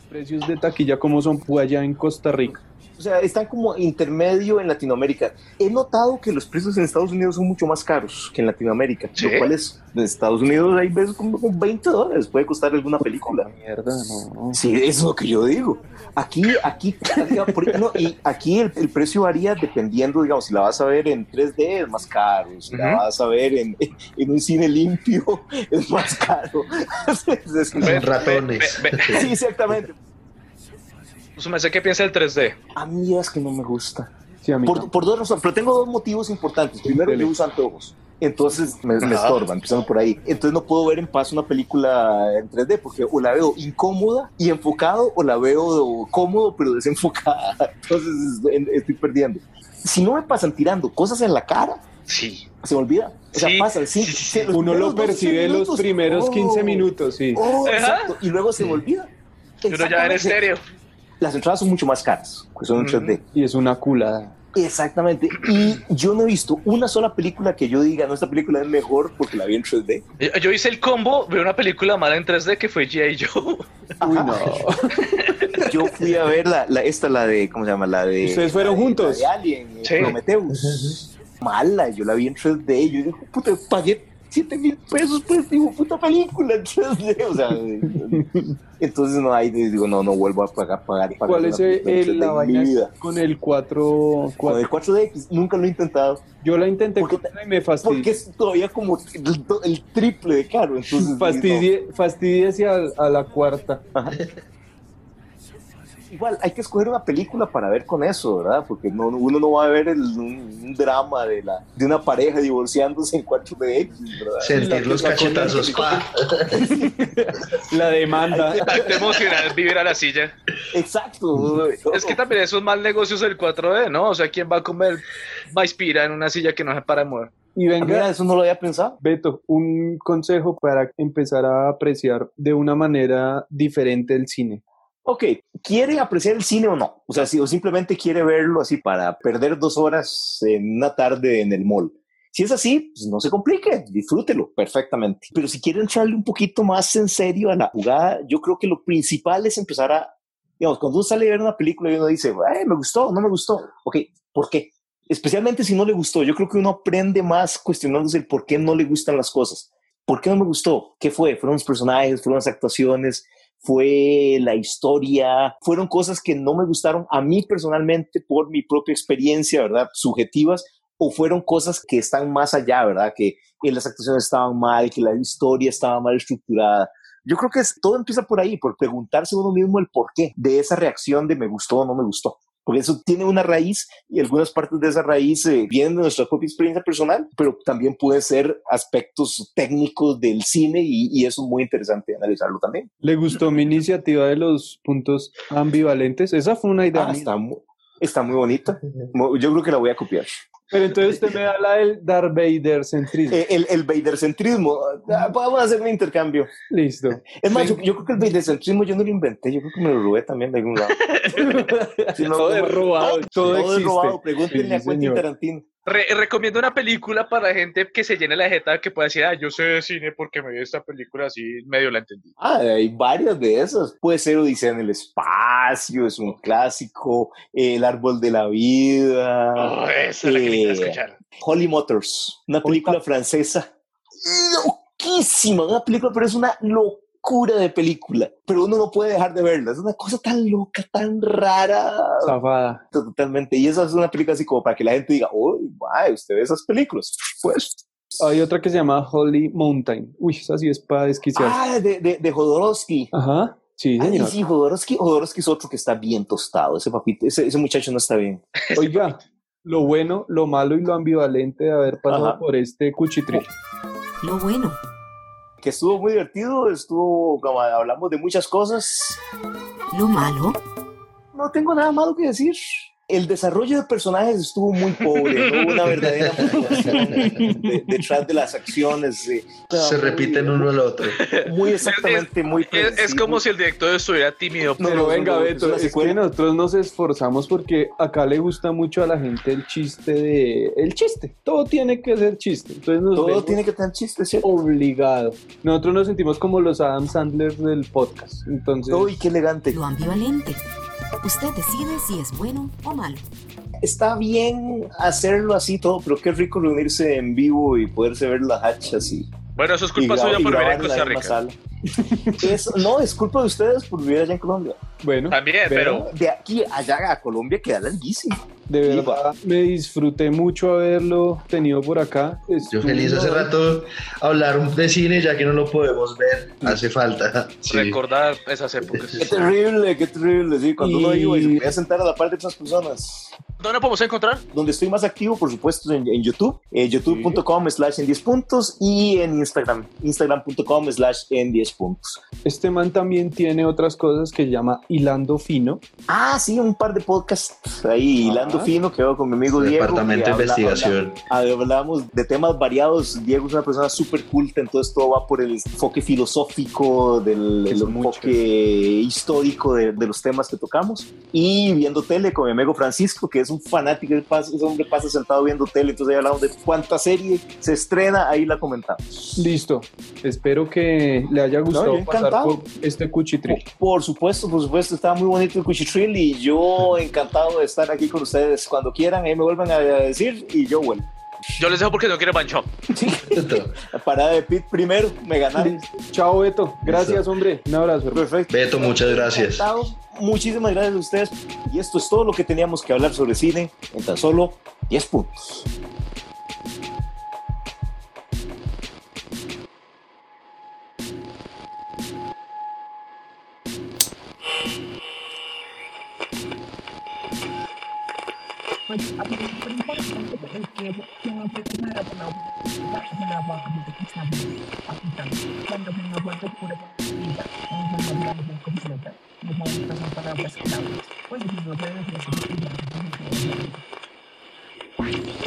[SPEAKER 3] Precios de taquilla como son allá en Costa Rica.
[SPEAKER 5] O sea, están como intermedio en Latinoamérica. He notado que los precios en Estados Unidos son mucho más caros que en Latinoamérica,
[SPEAKER 2] Sí.
[SPEAKER 5] lo cual es. En Estados Unidos hay veces como con 20 dólares puede costar alguna película.
[SPEAKER 3] Mierda, no. no.
[SPEAKER 5] Sí, eso es lo que yo digo. Aquí, aquí, aquí- por- no, y aquí el, el precio varía dependiendo, digamos, si la vas a ver en 3D es más caro, si la
[SPEAKER 2] Ujú.
[SPEAKER 5] vas a ver en, en un cine limpio es más caro. <laughs> Es- es-
[SPEAKER 2] Ve-
[SPEAKER 4] Ratones.
[SPEAKER 2] ve- ve-
[SPEAKER 4] <laughs>
[SPEAKER 5] sí, exactamente.
[SPEAKER 2] Pues me sé qué piensa el 3D.
[SPEAKER 5] A mí es que no me gusta.
[SPEAKER 3] Sí, a mí
[SPEAKER 5] Por,
[SPEAKER 3] tampoco.
[SPEAKER 5] por dos razones, pero tengo dos motivos importantes. Primero,
[SPEAKER 3] Dele. Ah.
[SPEAKER 5] yo uso anteojos. Entonces me, me
[SPEAKER 4] Ajá.
[SPEAKER 5] estorba, empezando por ahí. Entonces no puedo ver en paz una película en 3D porque o la veo incómoda y enfocado o la veo cómodo pero desenfocada. <laughs> Entonces es- en- estoy perdiendo. Si no me pasan tirando cosas en la cara,
[SPEAKER 2] Sí.
[SPEAKER 5] se me olvida. O sea,
[SPEAKER 2] Sí,
[SPEAKER 5] pasan. sí,
[SPEAKER 2] sí, sí,
[SPEAKER 5] sí, los
[SPEAKER 3] Uno lo
[SPEAKER 5] primeros 12
[SPEAKER 3] percibe los
[SPEAKER 5] minutos.
[SPEAKER 3] primeros
[SPEAKER 5] Oh,
[SPEAKER 3] 15 minutos, sí.
[SPEAKER 5] oh,
[SPEAKER 2] Ajá.
[SPEAKER 5] exacto. Y luego se me olvida.
[SPEAKER 2] Pero ya en
[SPEAKER 5] Exactamente.
[SPEAKER 2] estéreo.
[SPEAKER 5] Las entradas son mucho más caras, que son en
[SPEAKER 2] Ujú.
[SPEAKER 5] 3D.
[SPEAKER 3] Y es una culada.
[SPEAKER 5] Exactamente. Y yo no he visto una sola película que yo diga, no, esta película es mejor porque la vi en 3D.
[SPEAKER 2] Yo, yo hice el combo de una película mala en 3D que fue G.I. Joe.
[SPEAKER 5] <laughs>
[SPEAKER 3] Uy, no.
[SPEAKER 5] Yo fui a ver la, la- esta, la de, ¿cómo se llama? La de...
[SPEAKER 3] Ustedes fueron
[SPEAKER 5] la de-
[SPEAKER 3] juntos.
[SPEAKER 5] La de Alien, eh,
[SPEAKER 2] Sí.
[SPEAKER 5] Prometheus. Mala, yo la vi en 3D. Yo digo, puta, pagué 7 mil pesos por esta hijo de puta película en 3D. <laughs> O sea, eh, entonces no, ahí digo, no, no vuelvo a pagar, pagar, pagar
[SPEAKER 3] ¿Cuál
[SPEAKER 5] una
[SPEAKER 3] es eh,
[SPEAKER 5] película en
[SPEAKER 3] el-
[SPEAKER 5] 3D
[SPEAKER 3] la
[SPEAKER 5] en
[SPEAKER 3] vaina
[SPEAKER 5] mi vida.
[SPEAKER 3] con el 4,
[SPEAKER 5] Con el 4DX, pues, nunca lo he intentado.
[SPEAKER 3] Yo la intenté
[SPEAKER 5] Porque-
[SPEAKER 3] con una y me
[SPEAKER 5] Porque
[SPEAKER 3] fastidié.
[SPEAKER 5] es todavía como el, do- el triple de caro. Entonces, digo, no.
[SPEAKER 3] Fastidié, fastidié hacia a la cuarta.
[SPEAKER 5] igual hay que escoger una película para ver con eso, ¿verdad? Porque no, uno no va a ver el, un, un drama de, la, de una pareja divorciándose en 4DX, ¿verdad?
[SPEAKER 4] Sentir los
[SPEAKER 3] la- la-
[SPEAKER 4] cachetazos. pa.
[SPEAKER 3] La demanda.
[SPEAKER 2] Acto emocional, vivir a la silla.
[SPEAKER 5] Exacto.
[SPEAKER 2] Es que también esos mal negocios del 4D, ¿no? O sea, ¿quién va a comer maispira en una silla que no se para de mover?
[SPEAKER 3] Y
[SPEAKER 5] Ah,
[SPEAKER 3] venga,
[SPEAKER 5] mira, eso no lo había pensado.
[SPEAKER 3] Beto, un consejo para empezar a apreciar de una manera diferente el cine.
[SPEAKER 5] Ok, ¿quiere apreciar el cine o no? O sea, si o simplemente quiere verlo así para perder dos horas en una tarde en el mall. Si es así, pues no se complique, disfrútelo perfectamente. Pero si quiere entrarle un poquito más en serio a la jugada, yo creo que lo principal es empezar a, digamos, cuando uno sale a ver una película y uno dice, "Ay, me gustó, no me gustó. Ok, ¿por qué? Especialmente si no le gustó, yo creo que uno aprende más cuestionándose el por qué no le gustan las cosas. ¿Por qué no me gustó? ¿Qué fue? ¿Fueron los personajes? ¿Fueron las actuaciones? fue la historia, fueron cosas que no me gustaron a mí personalmente por mi propia experiencia, ¿verdad? Subjetivas, o fueron cosas que están más allá, ¿verdad? Que, que las actuaciones estaban mal, que la historia estaba mal estructurada. Yo creo que es- todo empieza por ahí, por preguntarse uno mismo el porqué de esa reacción de me gustó o no me gustó. Porque eso tiene una raíz y algunas partes de esa raíz eh, vienen de nuestra propia experiencia personal, pero también pueden ser aspectos técnicos del cine y, y eso es muy interesante analizarlo también.
[SPEAKER 3] ¿Le gustó mi iniciativa de los puntos ambivalentes? Esa fue una idea.
[SPEAKER 5] Ah,
[SPEAKER 3] mía.
[SPEAKER 5] está, mu- está
[SPEAKER 3] <laughs>
[SPEAKER 5] muy bonita. Mo- Yo creo que la voy a copiar.
[SPEAKER 3] Pero entonces usted me da la del Darth Vader centrismo.
[SPEAKER 5] Eh, El, el Vadercentrismo. ah, Vamos a hacer un intercambio. <laughs>
[SPEAKER 3] Listo.
[SPEAKER 5] Es más, yo, yo creo que el Vadercentrismo yo no lo inventé. Yo creo que me lo robé también de algún
[SPEAKER 3] <laughs>
[SPEAKER 5] lado. Sí, no,
[SPEAKER 3] todo
[SPEAKER 5] no,
[SPEAKER 3] es robado. Todo,
[SPEAKER 5] <laughs> Todo es
[SPEAKER 3] existe.
[SPEAKER 5] robado. Pregúntenle
[SPEAKER 3] Sí,
[SPEAKER 5] a Quentin
[SPEAKER 3] señor.
[SPEAKER 5] Tarantino.
[SPEAKER 2] Re- recomiendo una película para gente que se llene la jeta que pueda decir, ah, yo sé de cine porque me vi esta película así, medio la entendí.
[SPEAKER 5] Ah, hay varias de esas. Puede ser Odisea en el espacio, es un clásico. El árbol de la vida.
[SPEAKER 2] Oh, esa es la que necesitaba
[SPEAKER 5] eh,
[SPEAKER 2] escuchar.
[SPEAKER 5] Holly Motors, una película francesa loquísima, una película, pero es una locura de película, pero uno no puede dejar de verla, es una cosa tan loca, tan rara,
[SPEAKER 3] Zafada.
[SPEAKER 5] totalmente, y esa es una película así como para que la gente diga, uy, mae, usted ve esas películas, pues,
[SPEAKER 3] Hay otra que se llama Holy Mountain. Uy, esa sí es para desquiciarse.
[SPEAKER 5] ah, de, de, de Jodorowsky,
[SPEAKER 3] Ajá. Ah, Sí,
[SPEAKER 5] Ay,
[SPEAKER 3] señor.
[SPEAKER 5] sí, Jodorowsky, Jodorowsky es otro que está bien tostado, ese papito, ese, ese muchacho no está bien,
[SPEAKER 3] Oiga, lo bueno, lo malo y lo ambivalente de haber pasado
[SPEAKER 5] Ajá.
[SPEAKER 3] por este cuchitril.
[SPEAKER 7] Lo bueno,
[SPEAKER 5] que estuvo muy divertido, estuvo, como hablamos de muchas cosas,
[SPEAKER 7] lo malo,
[SPEAKER 5] No tengo nada malo que decir. El desarrollo de personajes estuvo muy pobre, no hubo una verdadera motivación de- detrás de las acciones. eh.
[SPEAKER 4] Se repiten uno al otro.
[SPEAKER 5] Muy exactamente, muy
[SPEAKER 2] Es, es como
[SPEAKER 5] predecible.
[SPEAKER 2] si el director estuviera tímido.
[SPEAKER 5] No,
[SPEAKER 3] Pero
[SPEAKER 5] no,
[SPEAKER 3] venga,
[SPEAKER 5] no, es
[SPEAKER 3] Beto,
[SPEAKER 5] una
[SPEAKER 3] es
[SPEAKER 5] secuela.
[SPEAKER 3] que nosotros nos esforzamos porque acá le gusta mucho a la gente el chiste de... El chiste, todo tiene que ser chiste. Entonces nos
[SPEAKER 5] Todo
[SPEAKER 3] vemos
[SPEAKER 5] tiene que tener chiste, ¿cierto?
[SPEAKER 3] obligado. Nosotros nos sentimos como los Adam Sandler del podcast. Entonces,
[SPEAKER 5] Uy, qué elegante.
[SPEAKER 7] lo ambivalente. Usted decide si es bueno o malo.
[SPEAKER 5] Está bien hacerlo así todo, pero qué rico reunirse en vivo y poderse ver las hachas y,
[SPEAKER 2] Bueno, eso es
[SPEAKER 5] y
[SPEAKER 2] culpa
[SPEAKER 5] gra-
[SPEAKER 2] suya
[SPEAKER 5] y
[SPEAKER 2] por vivir en
[SPEAKER 5] grabar
[SPEAKER 2] Costa
[SPEAKER 5] la misma
[SPEAKER 2] Rica.
[SPEAKER 5] sala. Es- no, es culpa de ustedes por vivir allá en Colombia.
[SPEAKER 3] bueno,
[SPEAKER 5] Ah,
[SPEAKER 2] También, pero
[SPEAKER 5] De aquí allá a Colombia queda larguísimo.
[SPEAKER 3] de
[SPEAKER 5] sí,
[SPEAKER 3] verdad me disfruté mucho haberlo tenido por acá.
[SPEAKER 4] Yo
[SPEAKER 3] Estuvo-
[SPEAKER 4] feliz hace rato hablar de cine ya que no lo podemos ver. Hace falta. <laughs> Sí.
[SPEAKER 2] recordar esas
[SPEAKER 5] <laughs>
[SPEAKER 2] épocas.
[SPEAKER 5] Qué terrible, qué terrible. Sí, cuando uno
[SPEAKER 3] Y-
[SPEAKER 5] iba y se podía sentar a la par de otras personas.
[SPEAKER 2] ¿Dónde podemos encontrar?
[SPEAKER 5] Donde estoy más activo, por supuesto, en, en YouTube, eh, youtube.com slash en 10 puntos y en Instagram, instagram.com slash en 10 puntos.
[SPEAKER 3] Este man también tiene otras cosas que llama Hilando Fino.
[SPEAKER 5] Ah, sí, un par de podcasts ahí,
[SPEAKER 3] Ajá.
[SPEAKER 5] hilando fino, que hago con mi amigo Diego.
[SPEAKER 4] Ah, Departamento
[SPEAKER 5] que
[SPEAKER 4] de
[SPEAKER 5] habla- <laughs>
[SPEAKER 4] Investigación.
[SPEAKER 5] habla- hablamos de temas variados. Diego es una persona súper culta, entonces todo va por el enfoque filosófico, del
[SPEAKER 3] Es
[SPEAKER 5] el
[SPEAKER 3] mucho.
[SPEAKER 5] enfoque histórico de, de los temas que tocamos. Y viendo tele con mi amigo Francisco, que es un fanático, él pasa- ese hombre pasa sentado viendo tele, entonces ahí hablamos de cuánta serie se estrena, ahí la comentamos.
[SPEAKER 3] Listo. Espero que le haya
[SPEAKER 5] No,
[SPEAKER 3] gustado
[SPEAKER 5] yo
[SPEAKER 3] pasar
[SPEAKER 5] encantado.
[SPEAKER 3] por este cuchitril.
[SPEAKER 5] Por, por supuesto, por supuesto, estaba muy bonito el cuchitril y yo encantado de estar aquí con ustedes cuando quieran, ahí me vuelvan a decir y yo vuelvo.
[SPEAKER 2] Yo les dejo porque no quiero pancho.
[SPEAKER 5] Parada de pit primero, me ganaron.
[SPEAKER 3] Chao, Beto. Gracias, hombre. Un abrazo. hermano.
[SPEAKER 5] Perfecto.
[SPEAKER 4] Beto, muchas gracias.
[SPEAKER 5] Encantado. Muchísimas gracias a ustedes. Y esto es todo lo que teníamos que hablar sobre cine en tan solo 10 puntos.
[SPEAKER 8] Thank you.